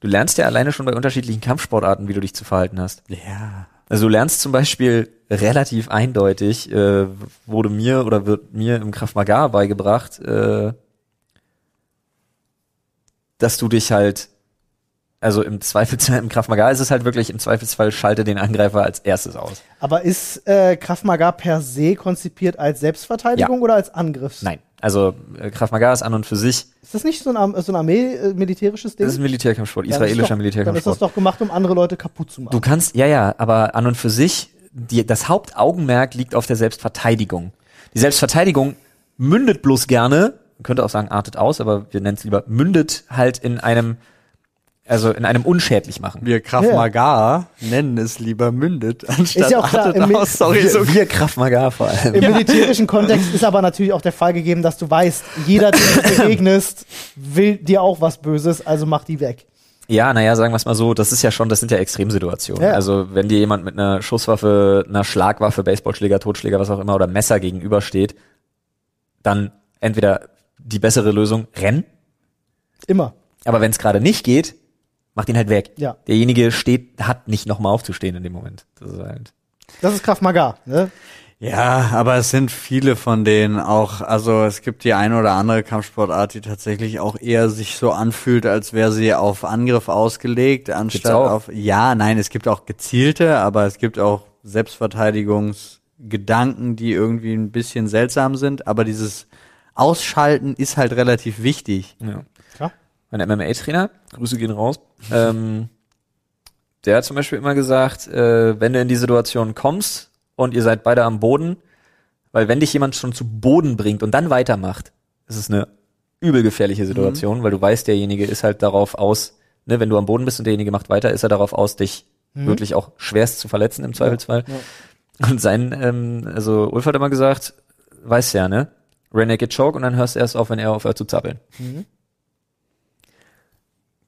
du lernst ja alleine schon bei unterschiedlichen Kampfsportarten, wie du dich zu verhalten hast. Ja. Also du lernst zum Beispiel relativ eindeutig, äh, wurde mir oder wird mir im Krav Maga beigebracht, äh, dass du dich halt, also im Zweifelsfall, im Krav Maga ist es halt wirklich, im Zweifelsfall schalte den Angreifer als erstes aus. Aber ist äh, Krav Maga per se konzipiert als Selbstverteidigung oder als Angriff? Nein, also äh, Krav Maga ist an und für sich Ist das nicht so ein, Arm- so ein Armee äh, militärisches Ding? Das ist ein Militärkampfsport, Ja, das ist israelischer doch- Dann ist das Militärkampfsport. doch gemacht, um andere Leute kaputt zu Du machen. kannst, ja, ja, aber an und für sich, die, das Hauptaugenmerk liegt auf der Selbstverteidigung. Die Selbstverteidigung mündet bloß gerne, man könnte auch sagen, artet aus, aber wir nennen es lieber, mündet halt in einem, also in einem unschädlich machen. Wir Krav Ja. Maga nennen es lieber mündet, anstatt Ist ja auch klar, artet im Mi- aus. Sorry, so wir Kraft Maga vor allem. Im militärischen Kontext ist aber natürlich auch der Fall gegeben, dass du weißt, jeder, dem du begegnest, will dir auch was Böses, also mach die weg. Ja, naja, sagen wir es mal so, das ist ja schon, das sind ja Extremsituationen. Ja. Also wenn dir jemand mit einer Schusswaffe, einer Schlagwaffe, Baseballschläger, Totschläger, was auch immer, oder Messer gegenübersteht, dann entweder die bessere Lösung, rennen, Immer. aber wenn es gerade nicht geht, macht ihn halt weg. Ja. Derjenige steht, hat nicht nochmal aufzustehen in dem Moment. Das ist halt. Das ist Krav Maga. Ne? Ja, aber es sind viele von denen auch. Also es gibt die eine oder andere Kampfsportart, die tatsächlich auch eher sich so anfühlt, als wäre sie auf Angriff ausgelegt, anstatt auch? auf. Ja, nein, es gibt auch gezielte, aber es gibt auch Selbstverteidigungsgedanken, die irgendwie ein bisschen seltsam sind. Aber dieses Ausschalten ist halt relativ wichtig. Ja. Klar. Mein MMA-Trainer, Grüße gehen raus, ähm, der hat zum Beispiel immer gesagt, äh, wenn du in die Situation kommst und ihr seid beide am Boden, weil wenn dich jemand schon zu Boden bringt und dann weitermacht, ist es eine übel gefährliche Situation, weil du weißt, derjenige ist halt darauf aus, ne, wenn du am Boden bist und derjenige macht weiter, ist er darauf aus, dich wirklich auch schwerst zu verletzen im Zweifelsfall. Und sein, ähm, also Ulf hat immer gesagt, weißt ja, ne? Renegade Choke und dann hörst du erst auf, wenn er aufhört zu zappeln.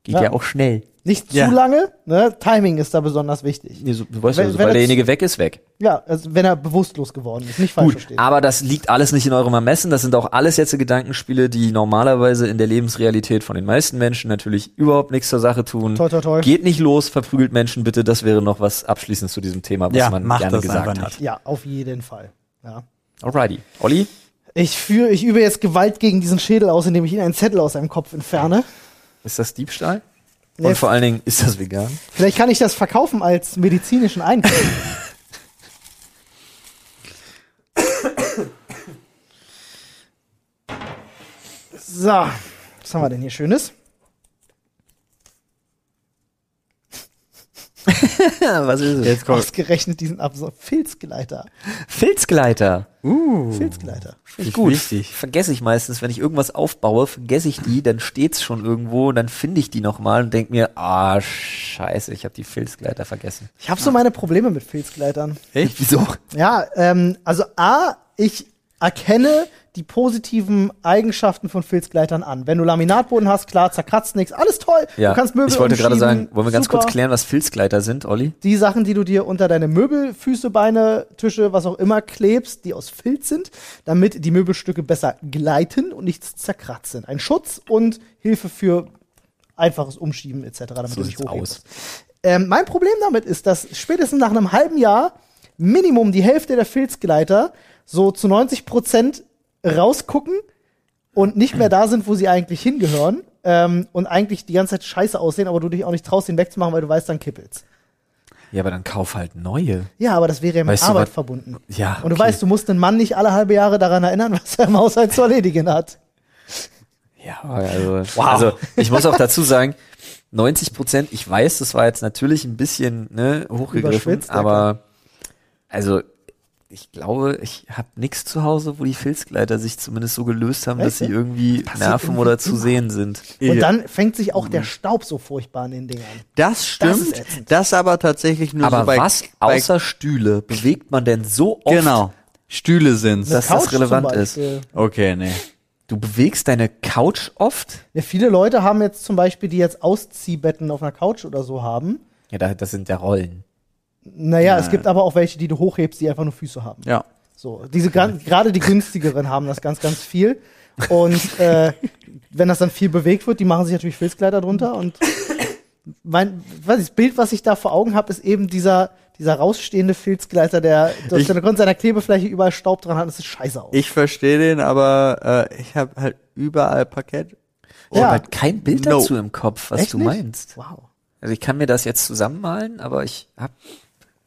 Geht ja. Ja. auch schnell. Nicht zu Ja. lange, ne? Timing ist da besonders wichtig. Nee, so, du weißt Wenn- ja, wenn sobald das- derjenige weg ist, weg. Ja, also wenn er bewusstlos geworden ist, nicht falsch verstehen. Aber das liegt alles nicht in eurem Ermessen. Das sind auch alles jetzt so Gedankenspiele, die normalerweise in der Lebensrealität von den meisten Menschen natürlich überhaupt nichts zur Sache tun. Toi, toi, toi. Geht nicht los, verprügelt Menschen bitte. Das wäre noch was abschließend zu diesem Thema, was Ja, man macht gerne das einfach gesagt nicht. hat. Ja, auf jeden Fall. Ja. Alrighty. Olli? Ich führe, ich übe jetzt Gewalt gegen diesen Schädel aus, indem ich ihn einen Zettel aus seinem Kopf entferne. Ist das Diebstahl? Nee, Und vor allen Dingen, ist das vegan? Vielleicht kann ich das verkaufen als medizinischen Einkauf. so, was haben wir denn hier Schönes? Was ist Jetzt kommt Ausgerechnet diesen Absor Filzgleiter. Filzgleiter. Oh. Filzgleiter. Ist gut. wichtig. Vergesse ich meistens, wenn ich irgendwas aufbaue, vergesse ich die, dann steht's schon irgendwo und dann finde ich die nochmal und denk mir, ah, scheiße, ich habe die Filzgleiter vergessen. Ich habe so meine Probleme mit Filzgleitern. Echt? Wieso? Ja, ähm, also A, ich erkenne die positiven Eigenschaften von Filzgleitern an. Wenn du Laminatboden hast, klar, zerkratzt nichts, alles toll. Ja, du kannst Möbel ich wollte gerade umschieben, sagen, wollen wir ganz super. kurz klären, was Filzgleiter sind, Olli? Die Sachen, die du dir unter deine Möbel, Füße, Beine, Tische, was auch immer klebst, die aus Filz sind, damit die Möbelstücke besser gleiten und nichts zerkratzen. Ein Schutz und Hilfe für einfaches Umschieben etc., damit So du nicht sieht's hochhebst. aus. Ähm, mein Problem damit ist, dass spätestens nach einem halben Jahr Minimum die Hälfte der Filzgleiter so zu 90 Prozent rausgucken und nicht mehr da sind, wo sie eigentlich hingehören ähm, und eigentlich die ganze Zeit scheiße aussehen, aber du dich auch nicht traust, den wegzumachen, weil du weißt, dann kippelt's. Ja, aber dann kauf halt neue. Ja, aber das wäre ja mit Weißt du, Arbeit was- verbunden. Ja, Und du okay. weißt, du musst den Mann nicht alle halbe Jahre daran erinnern, was er im Haushalt zu erledigen hat. Ja, also, also ich muss auch dazu sagen, 90 Prozent, ich weiß, das war jetzt natürlich ein bisschen ne, hochgegriffen, Überschwitzt, ja, aber also ich glaube, ich habe nichts zu Hause, wo die Filzgleiter sich zumindest so gelöst haben, dass Weißt du? sie irgendwie nerven irgendwie oder zu sehen sind. Und Ja. dann fängt sich auch Mhm. der Staub so furchtbar an den Dingern. Das Das ist stimmt. Das, ätzend. aber tatsächlich nur Aber so bei, was bei außer Stühle bewegt man denn so oft? genau Stühle sind's. Das- Dass Couch zum relevant Beispiel. okay, nee. Du bewegst deine Couch oft? Ja, viele Leute haben jetzt zum Beispiel, die jetzt Ausziehbetten auf einer Couch oder so haben. Ja, da- das sind ja Rollen. Naja, es gibt aber auch welche, die du hochhebst, die einfach nur Füße haben. Ja. So, diese gran- gerade die günstigeren haben das ganz, ganz viel. Und äh, wenn das dann viel bewegt wird, die machen sich natürlich Filzkleider drunter. Und mein, weiß ich, das Bild, was ich da vor Augen habe, ist eben dieser dieser rausstehende Filzgleiter, der durch Ich- seine Grund seiner Klebefläche überall Staub dran hat. Das sieht scheiße aus. Ich verstehe den, aber äh, ich habe halt überall Parkett. Ich Ja. habe halt kein Bild No. dazu im Kopf, was Echt du nicht? meinst. Wow. Also ich kann mir das jetzt zusammenmalen, aber ich hab,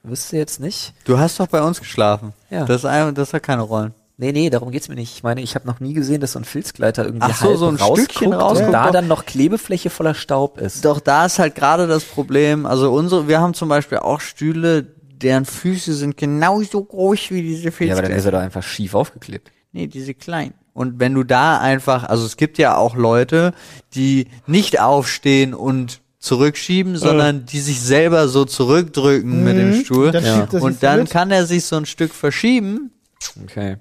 wüsste jetzt nicht. Du hast doch bei uns geschlafen. Ja. Das, ist ein, das hat keine Rollen. Nee, nee, darum geht's mir nicht. Ich meine, ich habe noch nie gesehen, dass so ein Filzgleiter irgendwie Ach so, halb so ein rausguckt Stückchen und rausguckt, da doch. dann noch Klebefläche voller Staub ist. Doch da ist halt gerade das Problem. Also unsere, wir haben zum Beispiel auch Stühle, deren Füße sind genauso groß wie diese Ja, aber dann Filzke- ist er doch einfach schief aufgeklebt. Nee, diese kleinen. Und wenn du da einfach, also es gibt ja auch Leute, die nicht aufstehen und Äh. zurückschieben, sondern die sich selber so zurückdrücken mit dem Stuhl. dann ja. Mhm. schiebt er sich Und so dann mit. kann er sich so ein Stück verschieben Okay.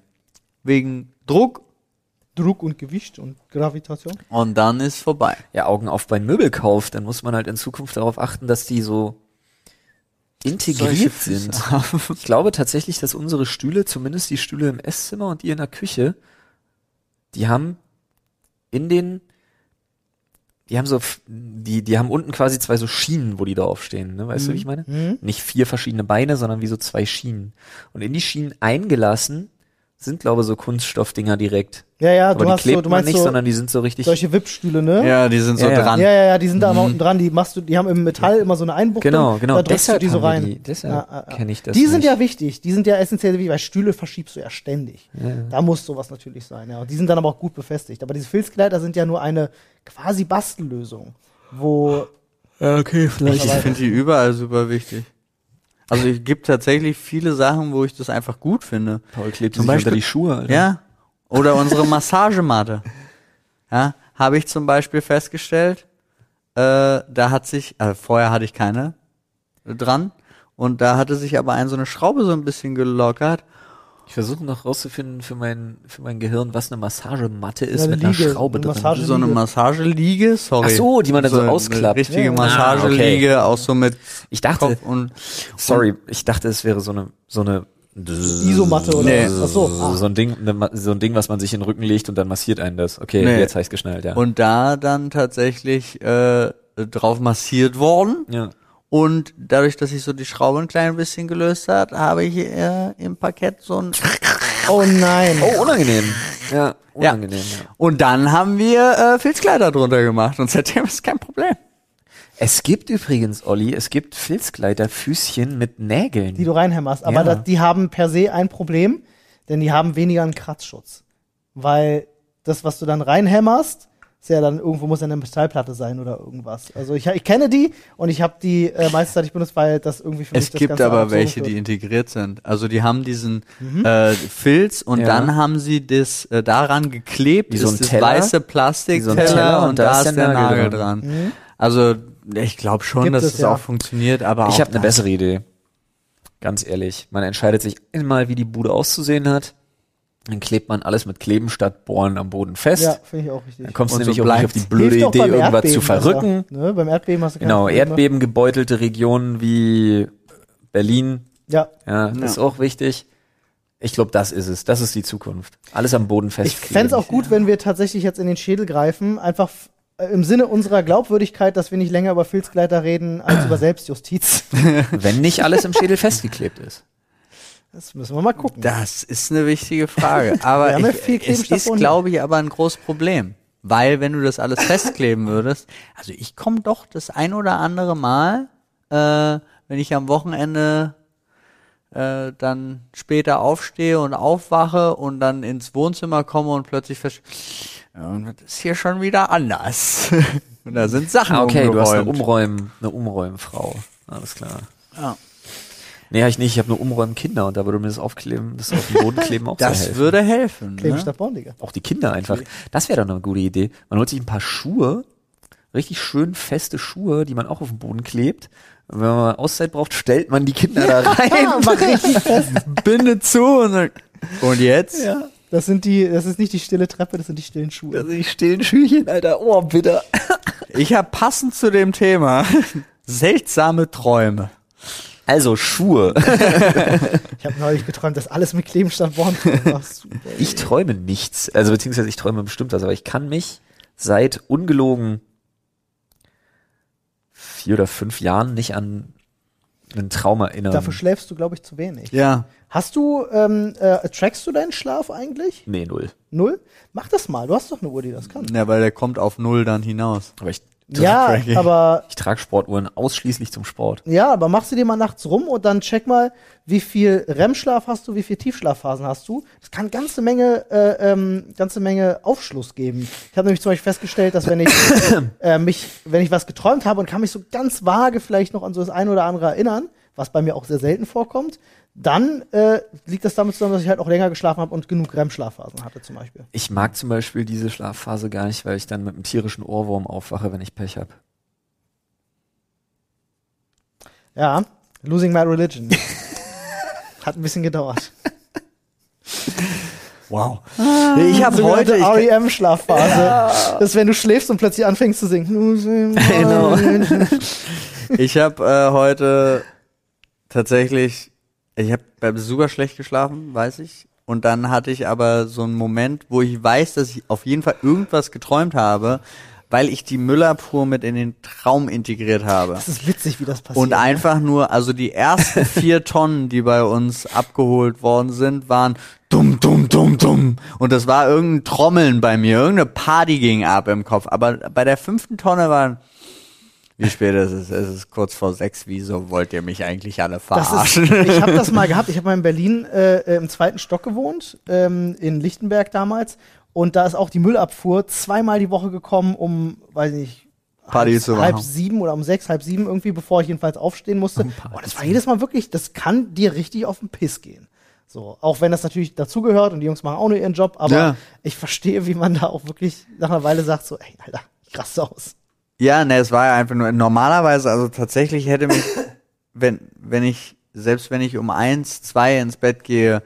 wegen Druck Druck und Gewicht und Gravitation. und dann ist vorbei. Ja, Augen auf beim Möbelkauf, dann muss man halt in Zukunft darauf achten, dass die so Solche integriert Füße sind. Ich glaube tatsächlich, dass unsere Stühle, zumindest die Stühle im Esszimmer und die in der Küche, die haben in den, die haben so, f- die, die haben unten quasi zwei so Schienen, wo die draufstehen, ne? Weißt du, wie ich meine? Mhm. Nicht vier verschiedene Beine, sondern wie so zwei Schienen. Und in die Schienen eingelassen sind, glaube ich, so Kunststoffdinger direkt. Ja, ja, Aber du die hast so, klebt du man meinst nicht, so sondern die sind so richtig. solche Wippstühle, ne? Ja, die sind so Ja, ja. dran. Ja, ja, ja, die sind da immer unten dran, die machst du, die haben im Metall immer so eine Einbuchtung. Mhm. Genau, genau. Da drückst du die so haben wir rein. Die, deshalb Ja, ja, ja. kenne ich das. die sind nicht. ja wichtig, die sind ja essentiell wichtig, weil Stühle verschiebst du ja ständig. Da muss sowas natürlich sein, ja. Und die sind dann aber auch gut befestigt. Aber diese Filzkleider sind ja nur eine quasi Bastellösung, wo Okay, vielleicht. Ich finde die überall super wichtig. Also es gibt tatsächlich viele Sachen, wo ich das einfach gut finde. Paul klebt Zum sich Beispiel- unter die Schuhe. Alter. Ja. Oder unsere Massagematte. Ja, habe ich zum Beispiel festgestellt, äh, da hat sich, äh, vorher hatte ich keine dran. Und da hatte sich aber ein so eine Schraube so ein bisschen gelockert. Ich versuche noch rauszufinden für mein, für mein Gehirn, was eine Massagematte ist Ja, eine mit einer Liege, Schraube eine drin. Massage- So eine Massageliege, sorry. Ach so, die man dann so eine ausklappt. Ah, Richtige Ja. Massageliege, auch so mit Ich dachte- Kopf und Sorry, ich dachte, es wäre so eine, so eine Isomatte oder Nee. was. Ach so, ah. so ein Ding, eine Ma- so ein Ding, was man sich in den Rücken legt und dann massiert einen das. Okay, Nee. jetzt heißt geschnallt, ja. Und da dann tatsächlich äh, drauf massiert worden. ja. Und dadurch, dass ich so die Schraube ein klein bisschen gelöst hat, habe ich äh, im Parkett so ein Oh nein. Oh, unangenehm. Ja, unangenehm. Ja. Und dann haben wir äh, Filzkleider drunter gemacht und seitdem ist kein Problem. Es gibt übrigens, Olli, es gibt Filzkleiderfüßchen mit Nägeln. die du reinhämmerst. Aber Ja. das, die haben per se ein Problem, denn die haben weniger einen Kratzschutz. Weil das, was du dann reinhämmerst, ist ja dann irgendwo muss ja eine Metallplatte sein oder irgendwas. Also ich, ich kenne die und ich habe die äh, meiste Zeit nicht benutzt, weil das irgendwie für mich Es das gibt Ganze aber absurd welche, wird. die integriert sind. Also die haben diesen Mhm. äh, Filz und Ja. dann haben sie das äh, daran geklebt, Wie so ein ist das Teller. weiße Wie so ein Plastikteller Teller und, da ist der Nagel, dran. dran. Also ich glaube schon, Mhm. Gibt dass es, es ja. auch funktioniert, aber Ich auch habe eine das- bessere Idee. Ganz ehrlich. Man entscheidet sich einmal, wie die Bude auszusehen hat. Dann klebt man alles mit Kleben statt Bohren am Boden fest. Ja, finde ich auch richtig. Dann kommst du Und so nämlich auch nicht auf bleibt's. die blöde Hilft auch Idee, beim irgendwas Erdbeben zu verrücken. Besser, ne? Beim Erdbeben hast du keine Genau, Probleme. Erdbeben gebeutelte Regionen wie Berlin. Ja, Ja, ist auch wichtig. Ich glaube, das ist es. Das ist die Zukunft. Alles am Boden Ich festkleben. fänd's auch gut, wenn wir tatsächlich jetzt in den Schädel greifen. Einfach f- äh, im Sinne unserer Glaubwürdigkeit, dass wir nicht länger über Filzkleider reden als über Selbstjustiz. Wenn nicht alles im Schädel festgeklebt ist. Das müssen wir mal gucken. Das ist eine wichtige Frage. Aber haben ja viel ich, es Klebstoff ist, ohne. glaube ich, aber ein großes Problem. Weil, wenn du das alles festkleben würdest, also ich komme doch das ein oder andere Mal, äh, wenn ich am Wochenende äh, dann später aufstehe und aufwache und dann ins Wohnzimmer komme und plötzlich verstehe, das ist hier schon wieder anders. und da sind Sachen Ah, okay, du hast eine umgeräumt. Umräumen, eine Umräumenfrau. Alles klar. Ja. Nee, hab ich nicht. Ich habe nur Umräumen Kinder und da würde mir das aufkleben, das auf den Boden kleben auch sehr Das helfen. würde helfen. Leben Ne? statt Bauen, Digga. Auch die Kinder einfach. Das wäre doch eine gute Idee. Man holt sich ein paar Schuhe, richtig schön feste Schuhe, die man auch auf den Boden klebt. Und wenn man Auszeit braucht, stellt man die Kinder da rein. Binde zu und dann, und jetzt? Das sind die, das ist nicht die stille Treppe, das sind die stillen Schuhe. Also die stillen Schüchen, Alter. Oh, bitter. Ich habe passend zu dem Thema seltsame Träume. Also Schuhe. Ich habe neulich geträumt, dass alles mit Klebenstab Born war. Super. Ich träume nichts. Also beziehungsweise ich träume bestimmt was, aber ich kann mich seit ungelogen vier oder fünf Jahren nicht an einen Traum erinnern. Dafür schläfst du, glaube ich, zu wenig. Ja. Hast du, ähm, äh, trackst du deinen Schlaf eigentlich? nee, null. Null? Mach das mal. Du hast doch eine Uhr, die das kann. Ja, weil der kommt auf null dann hinaus. Aber ich, Ja, Tracking. aber, ich trage Sportuhren ausschließlich zum Sport. ja, aber machst du dir mal nachts rum und dann check mal, wie viel REM-Schlaf hast du, wie viel Tiefschlafphasen hast du. Das kann ganze Menge, äh, ähm, ganze Menge Aufschluss geben. Ich habe nämlich zum Beispiel festgestellt, dass wenn ich äh, mich, wenn ich was geträumt habe und kann mich so ganz vage vielleicht noch an so das eine oder andere erinnern, was bei mir auch sehr selten vorkommt, dann äh, liegt das damit zusammen, dass ich halt auch länger geschlafen habe und genug REM-Schlafphasen hatte zum Beispiel. Ich mag zum Beispiel diese Schlafphase gar nicht, weil ich dann mit einem tierischen Ohrwurm aufwache, wenn ich Pech habe. Ja, Losing My Religion. Hat ein bisschen gedauert. Wow. Ah. Ich habe heute, ich, REM-Schlafphase. Das ist, E wenn du schläfst und plötzlich anfängst zu singen. Losing my Genau. religion. Ich habe äh, heute tatsächlich, ich habe super schlecht geschlafen, weiß ich. Und dann hatte ich aber so einen Moment, wo ich weiß, dass ich auf jeden Fall irgendwas geträumt habe, weil ich die Müllabfuhr mit in den Traum integriert habe. Das ist witzig, wie das passiert. Und einfach nur, also die ersten vier Tonnen, die bei uns abgeholt worden sind, waren dumm, dumm, dumm, dumm. Und das war irgendein Trommeln bei mir, irgendeine Party ging ab im Kopf. Aber bei der fünften Tonne waren, wie spät ist es? Es ist kurz vor sechs. Wieso wollt ihr mich eigentlich alle Das ist, verarschen? ich habe das mal gehabt. Ich habe mal in Berlin äh, äh, im zweiten Stock gewohnt, ähm, in Lichtenberg damals. Und da ist auch die Müllabfuhr zweimal die Woche gekommen, um, weiß nicht, Party halb, zu machen. halb sieben oder um sechs, halb sieben irgendwie, bevor ich jedenfalls aufstehen musste. Und das war jedes Mal wirklich, das kann dir richtig auf den Piss gehen. So, auch wenn das natürlich dazugehört und die Jungs machen auch nur ihren Job, aber Ja. ich verstehe, wie man da auch wirklich nach einer Weile sagt, so, ey, Alter, ich raste aus. Ja, ne, es war ja einfach nur normalerweise, also tatsächlich hätte mich, wenn, wenn ich, selbst wenn ich um eins, zwei ins Bett gehe,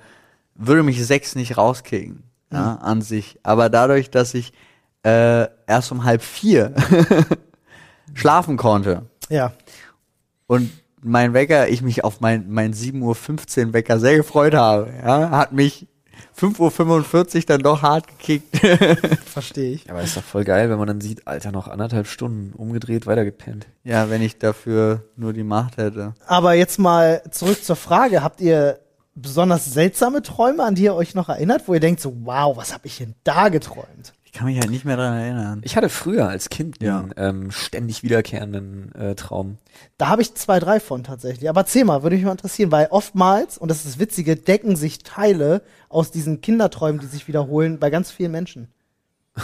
würde mich sechs nicht rauskriegen ja, an sich. Aber dadurch, dass ich äh, erst um halb vier schlafen konnte Ja. und mein Wecker, ich mich auf mein, mein 7.15 Uhr Wecker sehr gefreut habe, ja, hat mich 5.45 Uhr dann doch hart gekickt. Verstehe ich. Ja, aber ist doch voll geil, wenn man dann sieht, Alter, noch anderthalb Stunden umgedreht, weitergepennt. ja, wenn ich dafür nur die Macht hätte. Aber jetzt mal zurück zur Frage, habt ihr besonders seltsame Träume, an die ihr euch noch erinnert, wo ihr denkt so, wow, was habe ich denn da geträumt? Ich kann mich halt nicht mehr daran erinnern. Ich hatte früher als Kind Ja. einen ähm, ständig wiederkehrenden äh, Traum. Da habe ich zwei, drei von tatsächlich. Aber zähl mal, würde mich mal interessieren, weil oftmals, und das ist das Witzige, decken sich Teile aus diesen Kinderträumen, die sich wiederholen, bei ganz vielen Menschen.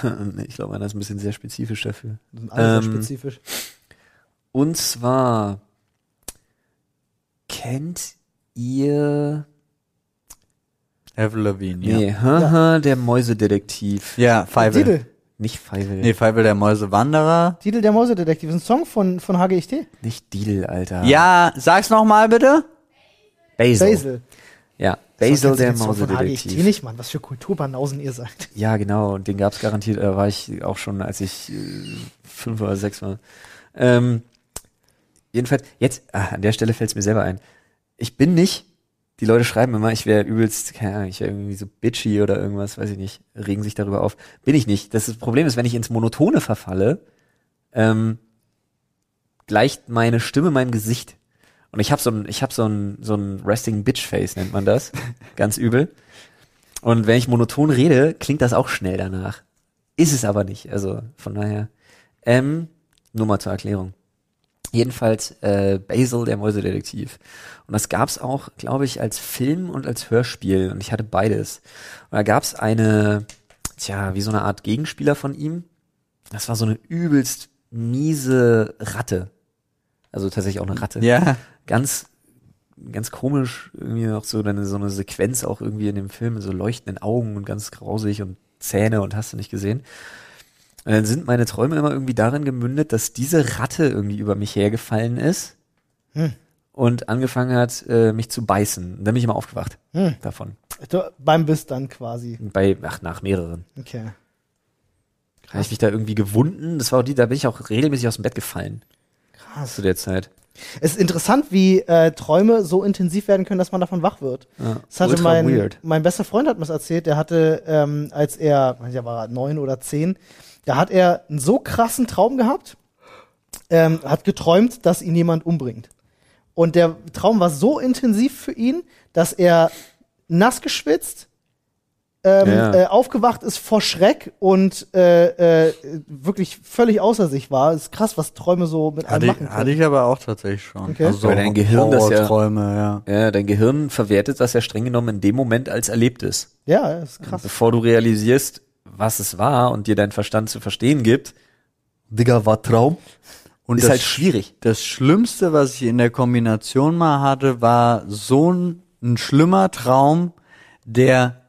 Ähm, Nee, ich glaube, einer ist ein bisschen sehr spezifisch dafür. Das sind alle Ähm, sehr Also spezifisch. Und zwar kennt ihr Avril Lavigne, ja. nee, haha, der Mäusedetektiv. Ja, Feivel. Titel. Nicht Feivel, Nee, Feivel der Mäusewanderer. Titel der Mäusedetektiv. Ist ein Song von, von HGIT. nicht Deal, Alter. Ja, sag's nochmal bitte. Basil. Basil. Ja, Das war Basil der tatsächlich ein Song von HGIT Mäusedetektiv. nicht, Mann. Was für Kulturbanausen ihr seid. Ja, genau. Und den gab's garantiert. Da war ich auch schon, als ich äh, fünf oder sechs war. Ähm, jedenfalls, jetzt, ah, an der Stelle fällt's mir selber ein. Ich bin nicht, die Leute schreiben immer, ich wäre übelst, keine Ahnung, ich wäre irgendwie so bitchy oder irgendwas, weiß ich nicht, regen sich darüber auf. Bin ich nicht. Das, ist- das Problem ist, wenn ich ins Monotone verfalle, ähm, gleicht meine Stimme meinem Gesicht. Und ich habe so ein, ich habe so ein, so ein resting bitch face nennt man das, ganz übel. Und wenn ich monoton rede, klingt das auch schnell danach. Ist es aber nicht. Also von daher. Ähm, nur mal zur Erklärung. Jedenfalls äh, Basil, der Mäusedetektiv. Und das gab's auch, glaube ich, als Film und als Hörspiel. Und ich hatte beides. Und da gab's eine, tja, wie so eine Art Gegenspieler von ihm. Das war so eine übelst miese Ratte. Also tatsächlich auch eine Ratte Ja. ganz ganz komisch irgendwie auch so dann so eine Sequenz auch irgendwie in dem Film mit so leuchtenden Augen und ganz grausig und Zähne und hast du nicht gesehen. Und dann sind meine Träume immer irgendwie darin gemündet, dass diese Ratte irgendwie über mich hergefallen ist Hm. und angefangen hat, äh, mich zu beißen. Und dann bin ich immer aufgewacht Hm. davon. Du, beim Biss dann quasi. Bei, ach, nach mehreren. Okay. Habe ich mich da irgendwie gewunden. Das war auch die, da bin ich auch regelmäßig aus dem Bett gefallen Krass. zu der Zeit. Es ist interessant, wie äh, Träume so intensiv werden können, dass man davon wach wird. Ja, Das hatte ultra mein, weird. mein bester Freund hat mir das erzählt, der hatte, ähm, als er, weiß ich, war er neun oder zehn, da hat er einen so krassen Traum gehabt, ähm, hat geträumt, dass ihn jemand umbringt. Und der Traum war so intensiv für ihn, dass er nass geschwitzt, ähm, Ja. äh, aufgewacht ist vor Schreck und äh, äh, wirklich völlig außer sich war. ist krass, was Träume so mit einem Hatte, machen ich- können. hatte ich aber auch tatsächlich schon. Also Okay. Weil dein Gehirn das ja- Horrorträume, ja. Ja, dein Gehirn verwertet das ja streng genommen in dem Moment als erlebt ist. Ja, ist krass. bevor du realisierst, was es war und dir dein Verstand zu verstehen gibt, Digga, war Traum, Und Ist das halt schwierig. Das Schlimmste, was ich in der Kombination mal hatte, war so ein, ein schlimmer Traum, der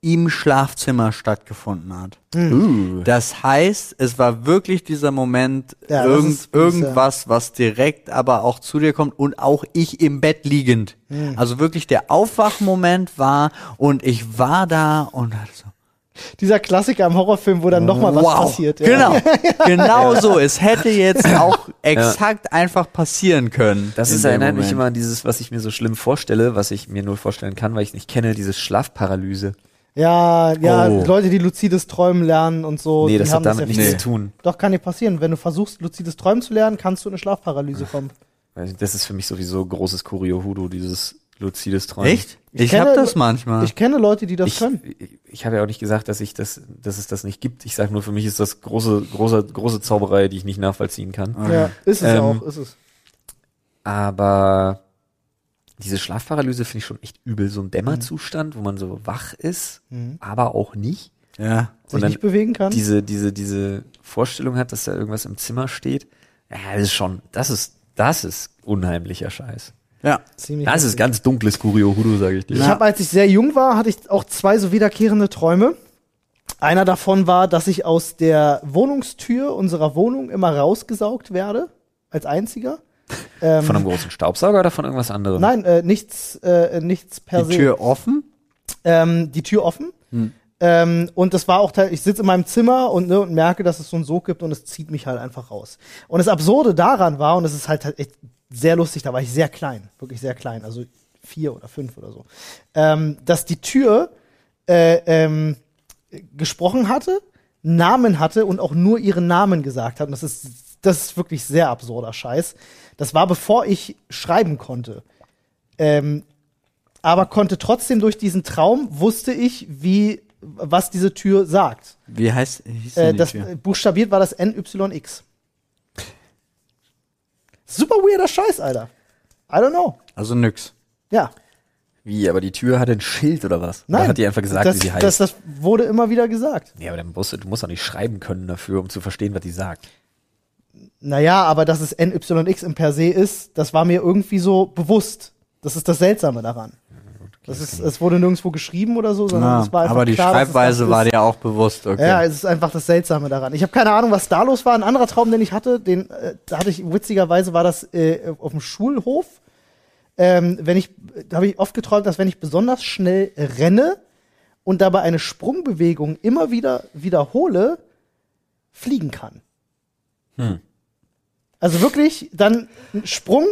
im Schlafzimmer stattgefunden hat. Hm. Das heißt, es war wirklich dieser Moment, Uh. Ja, das irgend, ist fies, ja. irgendwas, was direkt aber auch zu dir kommt und auch ich im Bett liegend. Hm. Also wirklich der Aufwachmoment war und ich war da und hatte so, Dieser Klassiker im Horrorfilm, wo dann nochmal was wow. passiert. Ja. Genau, genau so. Es hätte jetzt auch exakt einfach passieren können. Das in ist, dem erinnert mich Moment. immer an dieses, was ich mir so schlimm vorstelle, was ich mir nur vorstellen kann, weil ich nicht kenne, dieses Schlafparalyse. Ja, ja, Oh. Leute, die luzides Träumen lernen und so. nee, Oh, die das haben hat damit ja nichts viel. zu tun. Doch, kann dir passieren. Wenn du versuchst, luzides Träumen zu lernen, kannst du in eine Schlafparalyse kommen. Weil Das ist für mich sowieso großes Kurio-Hudo, dieses luzides Träumen. Echt? Ich, hab kenne- das manchmal. Ich kenne Leute, die das Ich, können. ich, ich habe ja auch nicht gesagt, dass ich das, dass es das nicht gibt. Ich sage nur, für mich ist das große, große, große Zauberei, die ich nicht nachvollziehen kann. Ja, ist es Ähm, auch, ist es. Aber diese Schlafparalyse finde ich schon echt übel. So ein Dämmerzustand, wo man so wach ist, aber auch nicht. ja. Mhm. Sich und dann nicht bewegen kann. Diese, diese, diese Vorstellung hat, dass da irgendwas im Zimmer steht. Ja, das ist schon, das ist, das ist unheimlicher Scheiß. Ja. Ziemlich Das ist ganz dunkles Kurio-Hudo, sage ich dir. Ich habe, als ich sehr jung war, hatte ich auch zwei so wiederkehrende Träume. Einer davon war, dass ich aus der Wohnungstür unserer Wohnung immer rausgesaugt werde, als einziger. Ähm, Von einem großen Staubsauger oder von irgendwas anderem? nein, äh, nichts, äh, nichts per Die se. Tür offen? ähm, die Tür offen. Ähm, und das war auch, teil- ich sitze in meinem Zimmer und, ne, und merke, dass es so einen Sog gibt und es zieht mich halt einfach raus. Und das Absurde daran war, und es ist halt, halt echt sehr lustig, da war ich sehr klein, wirklich sehr klein, also vier oder fünf oder so, ähm, dass die Tür äh, ähm, gesprochen hatte, Namen hatte und auch nur ihren Namen gesagt hat. Und das ist, das ist wirklich sehr absurder Scheiß. Das war bevor ich schreiben konnte. Ähm, aber konnte trotzdem durch diesen Traum wusste ich, wie was diese Tür sagt. Wie heißt hieß Äh, denn die das Tür? äh, buchstabiert war das NYX. Super weirder Scheiß, Alter. I don't know. Also nix. Ja. Wie, aber die Tür hatte ein Schild oder was? Nein. Oder hat die einfach gesagt, das, wie sie heißt? Das, das wurde immer wieder gesagt. nee, aber dann musst du, du musst auch nicht schreiben können dafür, um zu verstehen, was die sagt. Naja, aber dass es NYX im Per se ist, das war mir irgendwie so bewusst. Das ist das Seltsame daran. Das ist, es wurde nirgendwo geschrieben oder so, sondern Ah, es war einfach aber die klar, dass es das Schreibweise ist. war dir auch bewusst, okay. Ja, es ist einfach das Seltsame daran. Ich habe keine Ahnung, was da los war. Ein anderer Traum, den ich hatte, den äh, da hatte ich witzigerweise, war das äh, auf dem Schulhof. Ähm, wenn ich, da habe ich oft geträumt, dass wenn ich besonders schnell renne und dabei eine Sprungbewegung immer wieder wiederhole, fliegen kann. Also wirklich dann ein Sprung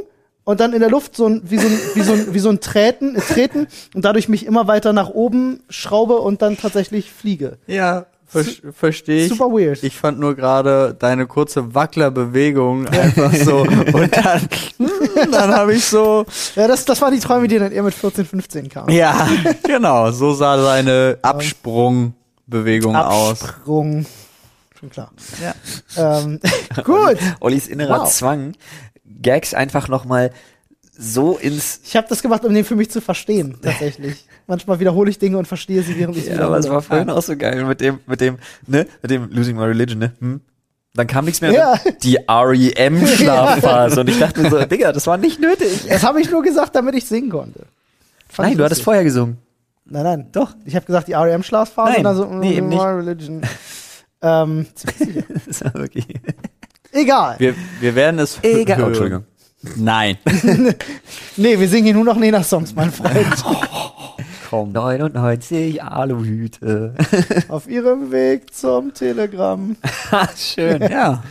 und dann in der Luft so ein, wie so ein, wie so ein, wie so ein Treten, äh, Treten und dadurch mich immer weiter nach oben schraube und dann tatsächlich fliege. Ja, ver verstehe ich. Super weird. Ich fand nur gerade deine kurze Wacklerbewegung einfach so und dann, hm, dann habe ich so, Ja, das, das waren die Träume, die dann eher mit 14, 15 kamen. ja, genau, so sah seine Absprungbewegung aus. Absprung. Schon klar. Ja. Ähm, gut. Ollis innerer Wow. Zwang, Gags einfach nochmal so ins Ich habe das gemacht, um den für mich zu verstehen, tatsächlich. Manchmal wiederhole ich Dinge und verstehe sie, während ich sie Ja, aber es wiederhole. war vorhin auch so geil mit dem, mit dem, ne, mit dem Losing My Religion, ne? Hm? Dann kam nichts mehr. Ja. Die REM-Schlafphase. Und ich dachte mir so, Digga, das war nicht nötig. Das habe ich nur gesagt, damit ich singen konnte. Fand Nein, ich du hattest lustig. vorher gesungen. Nein, nein. Doch. Ich habe gesagt, die REM-Schlafphase Nein, und dann so, nee, eben mm, nicht. Religion. ähm, Das war wirklich. egal. Wir, wir werden es Egal. Oh, hören. Entschuldigung. Nein. nee, wir singen hier nur noch Nena-Songs, mein Freund. 99 Aluhüte. Auf ihrem Weg zum Telegramm. Schön. Ja.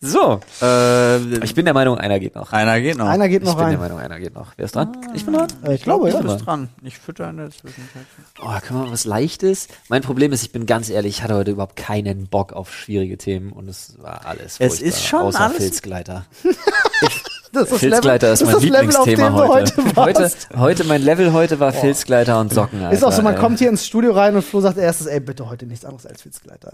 So. Äh, Ich bin der Meinung, einer geht noch. einer geht noch. Einer geht ich noch bin der rein. Meinung, einer geht noch. Wer ist dran? Ich bin dran. Äh, Ich glaube, Du ja. aber- bist dran. Ich fütter in der Zwischenzeit. Oh, können wir was Leichtes? Mein Problem ist, ich bin ganz ehrlich, ich hatte heute überhaupt keinen Bock auf schwierige Themen und es war alles Es furchtbar, ist schon außer alles- Filzgleiter. Das ist Filzgleiter ist das mein Level, auf dem Lieblingsthema du heute. heute warst. Heute, heute mein Level heute war Filzgleiter und Socken. Alter, Ist auch so, man ey. kommt hier ins Studio rein und Flo sagt erstes, ey, bitte heute nichts anderes als Witzgleiter.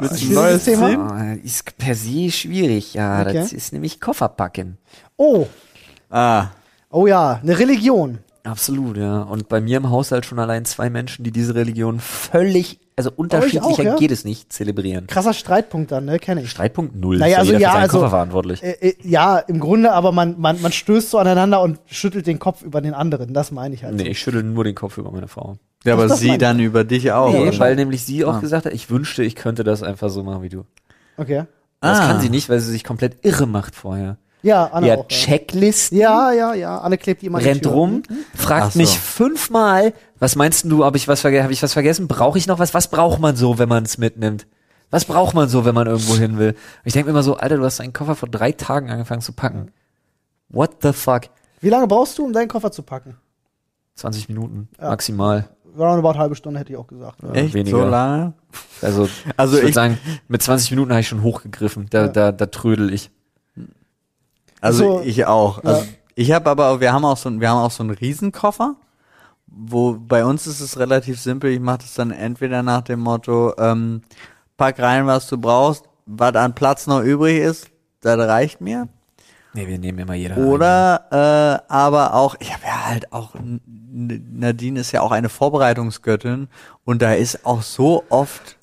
Willst du ein neues Thema? Oh, ist per se schwierig, ja. Okay. Das ist nämlich Kofferpacken. Oh, Ah, oh ja, eine Religion. Absolut, ja. Und bei mir im Haushalt schon allein zwei Menschen, die diese Religion völlig, also unterschiedlicher ja? geht es nicht, zelebrieren. Krasser Streitpunkt dann, ne? Kenne ich. Streitpunkt null. Naja, Ist also jeder ja, für seinen also- Koffer verantwortlich. Äh, äh, ja, im Grunde, aber man, man, man stößt so aneinander und schüttelt den Kopf über den anderen. Das meine ich halt. Nee, ich schüttel nur den Kopf über meine Frau. Ja, aber das sie meine ich. dann über dich auch. Nee, oder? weil nämlich sie auch Ah. gesagt hat, ich wünschte, ich könnte das einfach so machen wie du. Okay. Das Ah. kann sie nicht, weil sie sich komplett irre macht vorher. Ja, Anna ja, auch. ja. Checklisten, Ja, ja, ja. Anne klebt immer die rennt Tür. rum, fragt Ach so. mich fünfmal, was meinst du, habe ich was vergessen, habe ich was vergessen, brauche ich noch was, was braucht man so, wenn man es mitnimmt? Was braucht man so, wenn man irgendwo hin will? Und ich denke mir immer so, Alter, du hast deinen Koffer vor drei Tagen angefangen zu packen. What the fuck? Wie lange brauchst du, um deinen Koffer zu packen? 20 Minuten maximal. Roundabout halbe Stunde hätte ich auch gesagt. oder Echt? Weniger. So lange? Also, Also ich würde ich- sagen, mit 20 Minuten habe ich schon hochgegriffen. Da, da, da trödel ich. Also So. ich auch. Also ich habe aber, auch- wir haben auch so, ein- wir haben auch so einen Riesenkoffer. Wo bei uns ist es relativ simpel. Ich mache das dann entweder nach dem Motto: ähm, Pack rein, was du brauchst, was an Platz noch übrig ist, das reicht mir. Nee, wir nehmen immer Ah, jeder. Oder äh, aber auch, ich habe ja halt auch, N- N- Nadine ist ja auch eine Vorbereitungsgöttin und da ist auch so oft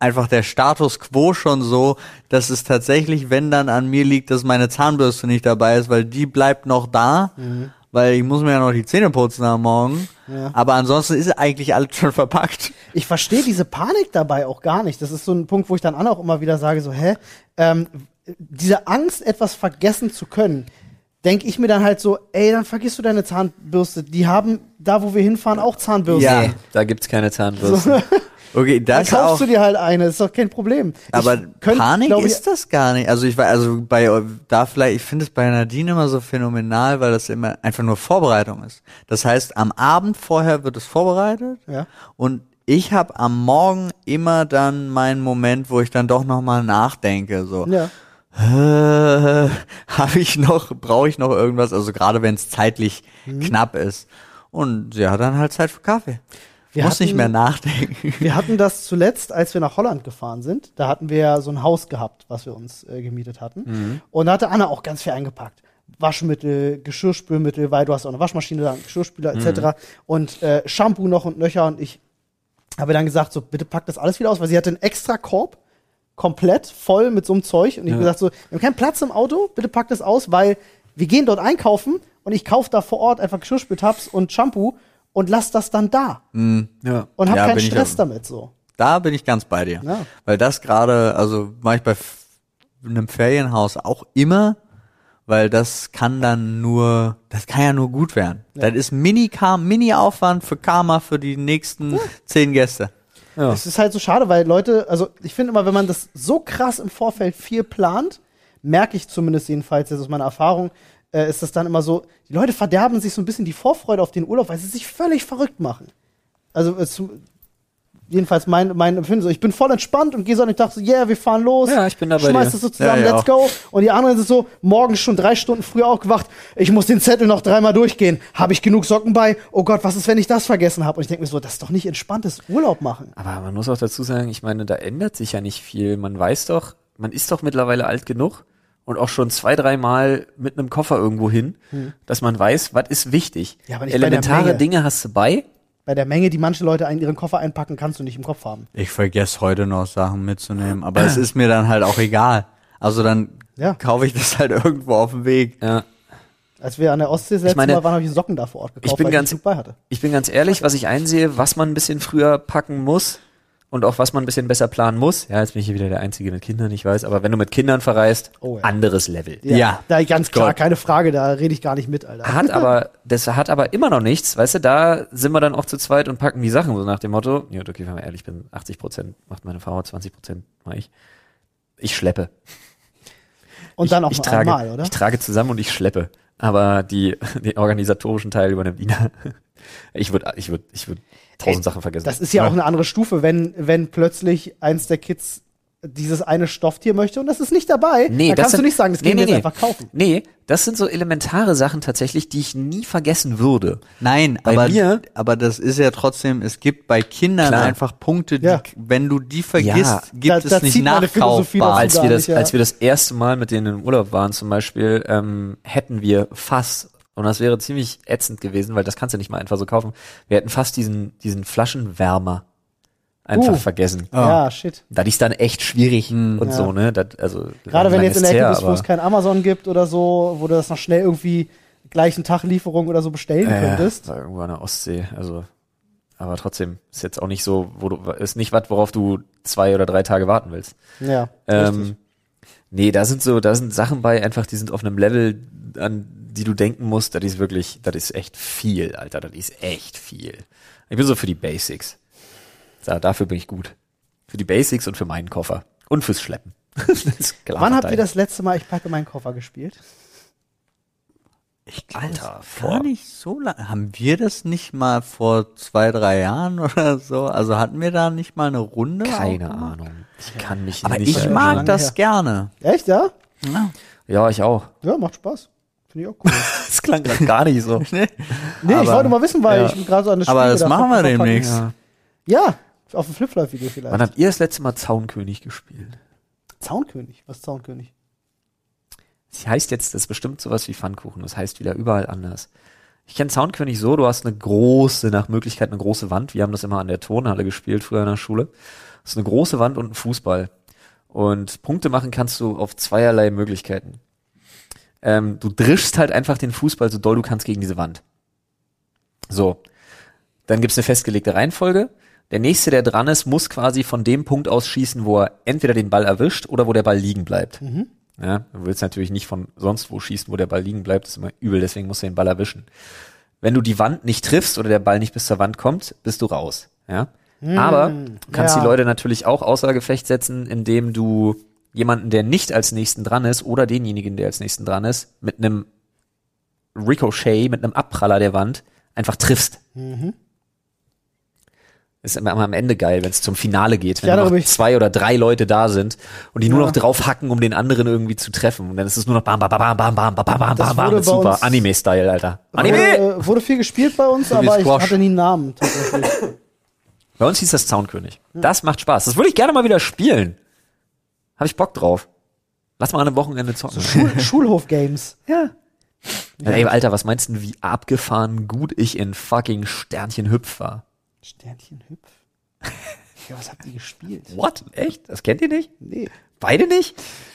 einfach der Status quo schon so, dass es tatsächlich, wenn dann an mir liegt, dass meine Zahnbürste nicht dabei ist, weil die bleibt noch da, Mhm. weil ich muss mir ja noch die Zähne putzen am Morgen. Aber ansonsten ist eigentlich alles schon verpackt. Ich verstehe diese Panik dabei auch gar nicht. Das ist so ein Punkt, wo ich dann Anna auch immer wieder sage, so, hä? Ähm, diese Angst, etwas vergessen zu können, denke ich mir dann halt so, ey, dann vergisst du deine Zahnbürste. Die haben da, wo wir hinfahren, auch Zahnbürsten. Ja, Ja. da gibt's keine Zahnbürsten. Okay, Dann das kaufst auch. du dir halt eine, ist doch kein Problem. Aber ich könnt, Panik glaub ich, ist das gar nicht. Also ich war also bei da vielleicht, ich finde es bei Nadine immer so phänomenal, weil das immer einfach nur Vorbereitung ist. Das heißt, am Abend vorher wird es vorbereitet Ja. und ich habe am Morgen immer dann meinen Moment, wo ich dann doch noch mal nachdenke, so Ja. äh, habe ich noch, brauche ich noch irgendwas? Also gerade wenn es zeitlich Mhm. knapp ist. Und ja, dann halt Zeit für Kaffee. Wir Muss nicht hatten- mehr nachdenken. Wir hatten das zuletzt, als wir nach Holland gefahren sind. Da hatten wir ja so ein Haus gehabt, was wir uns äh, gemietet hatten. Mhm. Und da hatte Anna auch ganz viel eingepackt. Waschmittel, Geschirrspülmittel, weil du hast auch eine Waschmaschine, da einen Geschirrspüler etc. Mhm. Und äh, Shampoo noch und Löcher. Und ich habe dann gesagt, so bitte pack das alles wieder aus, weil sie hatte einen extra Korb komplett voll mit so einem Zeug. Und ich habe gesagt, so, wir haben keinen Platz im Auto, bitte pack das aus, weil wir gehen dort einkaufen und ich kaufe da vor Ort einfach Geschirrspültabs und Shampoo und lass das dann da. ja. Und habe Mhm. Ja, keinen bin ich Stress auch- damit so. Da bin ich ganz bei dir. Ja. Weil das gerade, also war ich bei f- einem Ferienhaus auch immer, weil das kann dann nur, das kann ja nur gut werden. Das ist mini Mini-Aufwand für Karma für die nächsten zehn Gäste. Ja. Es ist halt so schade, weil Leute, also ich finde immer, wenn man das so krass im Vorfeld viel plant, merke ich zumindest jedenfalls jetzt aus meiner Erfahrung, äh, ist das dann immer so, die Leute verderben sich so ein bisschen die Vorfreude auf den Urlaub, weil sie sich völlig verrückt machen. Also es, jedenfalls mein, mein Empfinden so, ich bin voll entspannt und gehe so an den Tag so, yeah, wir fahren los. Ja, ich bin da bei Schmeiß dir. das so zusammen, Ja, ja, let's go. Und die anderen sind so, morgens schon drei Stunden früher aufgewacht, ich muss den Zettel noch dreimal durchgehen. Habe ich genug Socken bei? Oh Gott, was ist, wenn ich das vergessen habe? Und ich denke mir so, das ist doch nicht entspanntes Urlaub machen. Aber man muss auch dazu sagen, ich meine, da ändert sich ja nicht viel. Man weiß doch, man ist doch mittlerweile alt genug und auch schon zwei, dreimal mit einem Koffer irgendwo hin, dass man weiß, was ist wichtig. Hm. Ja, aber nicht bei der Elementare Menge. Dinge hast du bei. bei der Menge, die manche Leute in ihren Koffer einpacken, kannst du nicht im Kopf haben. Ich vergesse heute noch Sachen mitzunehmen, aber es ist mir dann halt auch egal. Also dann Ja. kaufe ich das halt irgendwo auf dem Weg. Ja. Als wir an der Ostsee das letzte meine, Mal waren, habe ich Socken da vor Ort gekauft, ich bin weil ganz- ich nicht bei hatte. Ich bin ganz ehrlich, was ich einsehe, was man ein bisschen früher packen muss und auch was man ein bisschen besser planen muss. Ja, jetzt bin ich hier wieder der Einzige mit Kindern, ich weiß, aber wenn du mit Kindern verreist, Oh ja. anderes Level. Ja. Da ganz klar, Gott. keine Frage, da rede ich gar nicht mit, Alter. Hat aber, das hat aber immer noch nichts, weißt du, da sind wir dann auch zu zweit und packen die Sachen so nach dem Motto, ja, okay, wenn wir ehrlich bin, 80 Prozent macht meine Frau, 20 Prozent mache ich. Ich schleppe. Und dann auch ich nur trage, einmal, oder? Ich trage zusammen und ich schleppe. Aber die, den organisatorischen Teil übernimmt Ina. Ich würde, ich würde, ich würde tausend Sachen vergessen. Das ist ja auch eine andere Stufe, wenn, wenn plötzlich eins der Kids dieses eine Stofftier möchte und das ist nicht dabei, Nee, das dann kannst sind, du nicht sagen, das nee, gehen nee, wir jetzt nee. einfach kaufen. Nee, das sind so elementare Sachen tatsächlich, die ich nie vergessen würde. Nein, Bei aber, mir- aber das ist ja trotzdem, es gibt bei Kindern Klar. einfach Punkte, die, Ja. wenn du die vergisst, Ja. gibt Da- es da nicht zieht meine Philosophie nachkaufbar. dazu. als gar wir das, nicht, ja. als wir das erste Mal mit denen im Urlaub waren, zum Beispiel, ähm, hätten wir Fass Und das wäre ziemlich ätzend gewesen, weil das kannst du nicht mal einfach so kaufen. Wir hätten fast diesen, diesen Flaschenwärmer einfach Uh. vergessen. Ja, shit. Das ist dann echt schwierig und Ja. so, ne? Das, also, Gerade lang wenn du jetzt ist's in der Ecke her, bist, wo aber- es kein Amazon gibt oder so, wo du das noch schnell irgendwie gleichen Tag Lieferung oder so bestellen Ja, könntest. War irgendwo an der Ostsee, also. Aber trotzdem ist jetzt auch nicht so, wo du, ist nicht was, worauf du zwei oder drei Tage warten willst. Ja. Ähm, nee, da sind so, da sind Sachen bei einfach, die sind auf einem Level, an die du denken musst, das ist wirklich, das ist echt viel, Alter, das ist echt viel. Ich bin so für die Basics. Da, dafür bin ich gut. Für die Basics und für meinen Koffer. Und fürs Schleppen. Das ist klar, Wann habt Alter. ihr das letzte Mal Ich packe meinen Koffer gespielt? Ich Alter, gar vor, nicht so lange. Haben wir das nicht mal vor zwei, drei Jahren oder so? Also hatten wir da nicht mal eine Runde? keine auch? Ahnung. Ich kann mich Aber nicht ich erinnern. mag lange das her. gerne. Echt, ja? Ja. Ja, ich auch. Ja, macht Spaß. Finde ich auch cool. Das klang grad gar nicht so. nee, ich Aber- wollte mal wissen, weil ja. ich gerade so an das Aber Spiel das gedacht hab, machen wir Koffer demnächst. packen. Ja, auf dem Flipflop-Video vielleicht. Wann habt ihr das letzte Mal Zaunkönig gespielt? Zaunkönig. Was ist Zaunkönig? Sie heißt jetzt, das ist bestimmt sowas wie Pfannkuchen. Das heißt wieder überall anders. Ich kenne Soundkönig so, du hast eine große, nach Möglichkeit eine große Wand. Wir haben das immer an der Turnhalle gespielt, früher in der Schule. Das ist eine große Wand und ein Fußball. Und Punkte machen kannst du auf zweierlei Möglichkeiten. Ähm, du drischst halt einfach den Fußball so doll du kannst gegen diese Wand. So. Dann gibt's eine festgelegte Reihenfolge. Der nächste, der dran ist, muss quasi von dem Punkt aus schießen, wo er entweder den Ball erwischt oder wo der Ball liegen bleibt. Ja, du willst natürlich nicht von sonst wo schießen, wo der Ball liegen bleibt, ist immer übel, deswegen musst du den Ball erwischen. Wenn du die Wand nicht triffst oder der Ball nicht bis zur Wand kommt, bist du raus. Ja? Aber du kannst ja. die Leute natürlich auch außer Gefecht setzen, indem du jemanden, der nicht als nächsten dran ist oder denjenigen, der als nächsten dran ist, mit einem Ricochet, mit einem Abpraller der Wand einfach triffst. Mhm. Ist immer am Ende geil, wenn es zum Finale geht, wenn Ja, nur darüber noch ich- zwei oder drei Leute da sind und die nur noch draufhacken, um den anderen irgendwie zu treffen. Und dann ist es nur noch bam, bam, bam, bam, bam, bam, bam, bam, Das bam, bam. wurde Das ist bei super. uns- Anime-Style, Alter. Wurde, Anime! äh, wurde viel gespielt bei uns, wie aber ich Squash. hatte nie einen Namen tatsächlich. Bei uns hieß das Zaunkönig. Das macht Spaß. Das würde ich gerne mal wieder spielen. Habe ich Bock drauf. Lass mal an einem Wochenende zocken. Schul Schulhof-Games. Ja. Ey, Alter, was meinst du, wie abgefahren gut ich in fucking Sternchen hüpf war? Sternchen Hüpf. Ja, was habt ihr gespielt? What? Echt? Das kennt ihr nicht? Nee. Beide nicht?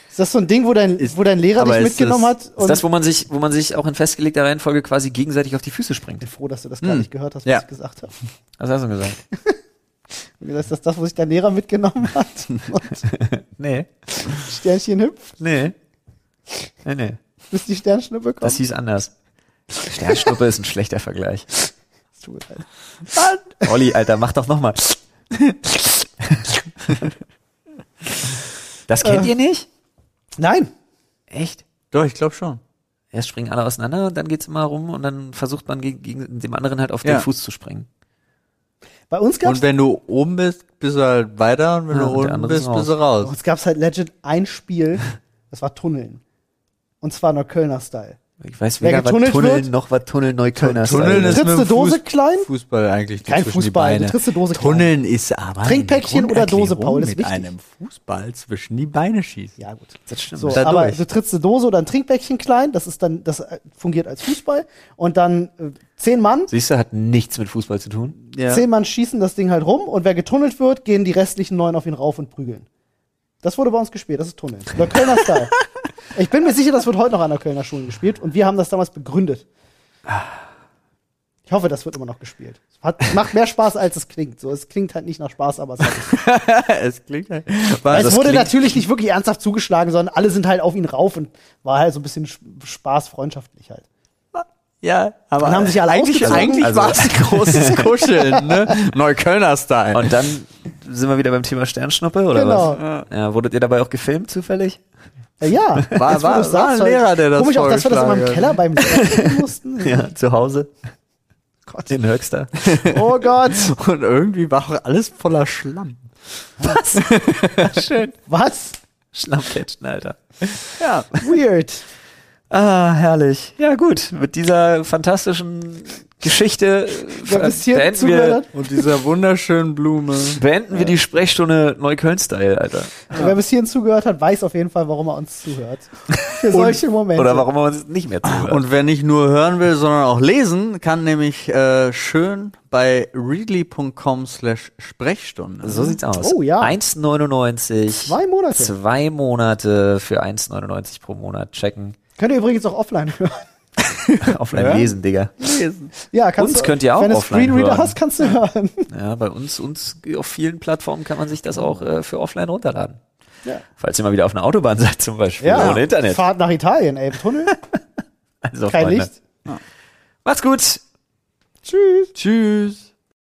Ist das so ein Ding, wo dein, Ist- wo dein Lehrer aber dich ist das- mitgenommen hat? Ist das, wo man sich, wo man sich auch in festgelegter Reihenfolge quasi gegenseitig auf die Füße springt? bin froh, dass du das gar nicht gehört hast, was Hm. Ja. ich gesagt habe. Was hast du gesagt? Ist das das, wo sich dein Lehrer mitgenommen hat? Und Nee. Sternchen hüpft, Nee. Nee, nee. bis die Sternschnuppe kommt. Das hieß anders. Sternschnuppe ist ein schlechter Vergleich. Das tut mir leid. Olli, Alter, mach doch nochmal. Das kennt ihr nicht? Nein. Echt? Doch, ich glaube schon. Erst springen alle auseinander und dann geht's immer rum und dann versucht man gegen, gegen dem anderen halt auf den Ja. Fuß zu springen. Bei uns gab's, Und wenn du oben bist, bist du halt weiter und wenn Ja, du und der unten andere ist bist, raus. bist du bei raus. uns gab's halt legit ein Spiel, das war Tunneln. Und zwar nur Kölner Style. Ich weiß Wer weder was getunnelt Tunneln wird- noch was Tunnel Neuköllner Tunneln Style. ist Trittst mit du dem Dose Fuß- klein? Fußball eigentlich Kein zwischen Fußball, die Beine. du trittst die Dose klein. Tunneln ist aber im Trinkpäckchen Grund oder Dose, Erklärung Paul, ist mit wichtig. einem Fußball zwischen die Beine schießen. Ja, halt gut. Das stimmt. So, Dadurch. aber du trittst eine Dose oder ein Trinkbäckchen klein, das ist dann, das äh, fungiert als Fußball. Und dann äh, zehn Mann, Siehst du, hat nichts mit Fußball zu tun. Ja. zehn Mann schießen das Ding halt rum und wer getunnelt wird, gehen die restlichen neun auf ihn rauf und prügeln. Das wurde bei uns gespielt, das ist Tunneln. Der Kölner Style. Ich bin mir sicher, das wird heute noch an der Kölner Schule gespielt und wir haben das damals begründet. Ich hoffe, das wird immer noch gespielt. Hat, macht mehr Spaß, als es klingt. So, es klingt halt nicht nach Spaß, aber es, hat, es klingt halt. Weil es wurde klingt- natürlich nicht wirklich ernsthaft zugeschlagen, sondern alle sind halt auf ihn rauf und war halt so ein bisschen Sch- Spaß, freundschaftlich halt. Ja, aber Dann haben sich alle eigentlich, ausgezogen. eigentlich Also- war es ein großes Kuscheln, ne? Neuköllner-Style. Und dann sind wir wieder beim Thema Sternschnuppe oder Genau. was? Ja, wurdet ihr dabei auch gefilmt zufällig? Ja, Ja, jetzt, war- wo du's war ein weil- Lehrer, der das halt, Komisch auch, dass wir das in meinem Keller vorgeschlagen beim Lehrer spielen mussten. Ja, zu Hause. Gott, den Höchster. Oh Gott. Und irgendwie war auch alles voller Schlamm. Was? Schön. Was? Schlammplätschen, Alter. Ja. Weird. Ah, herrlich. Ja, gut. Mit dieser fantastischen Geschichte Wer äh, bis hier beenden, wir, zugehört Und dieser wunderschönen Blume. beenden wir die Sprechstunde Neukölln-Style, Alter. hat, wer bis hierhin zugehört hat, weiß auf jeden Fall, warum er uns zuhört. Für solche Momente. Oder warum man uns nicht mehr Ah, zuhört. Und wer nicht nur hören will, sondern auch lesen, kann nämlich äh, schön bei readly.com slash Sprechstunde. so sieht's aus. Oh, ja. 1,99. Zwei Monate. Zwei Monate für 1,99 pro Monat checken. Könnt ihr übrigens auch offline hören. Offline lesen, Digga. Ja, kannst Uns du, könnt ihr auch Wenn du offline Screenreader hören. hast, kannst du hören. Ja, bei uns, uns auf vielen Plattformen kann man sich das auch äh, für offline runterladen. Ja. Falls ihr mal wieder auf einer Autobahn seid zum Beispiel, ohne Internet. Fahrt nach Italien, ey, im Tunnel. Also, Kein Freunde, Licht. Macht's gut. Tschüss. Tschüss.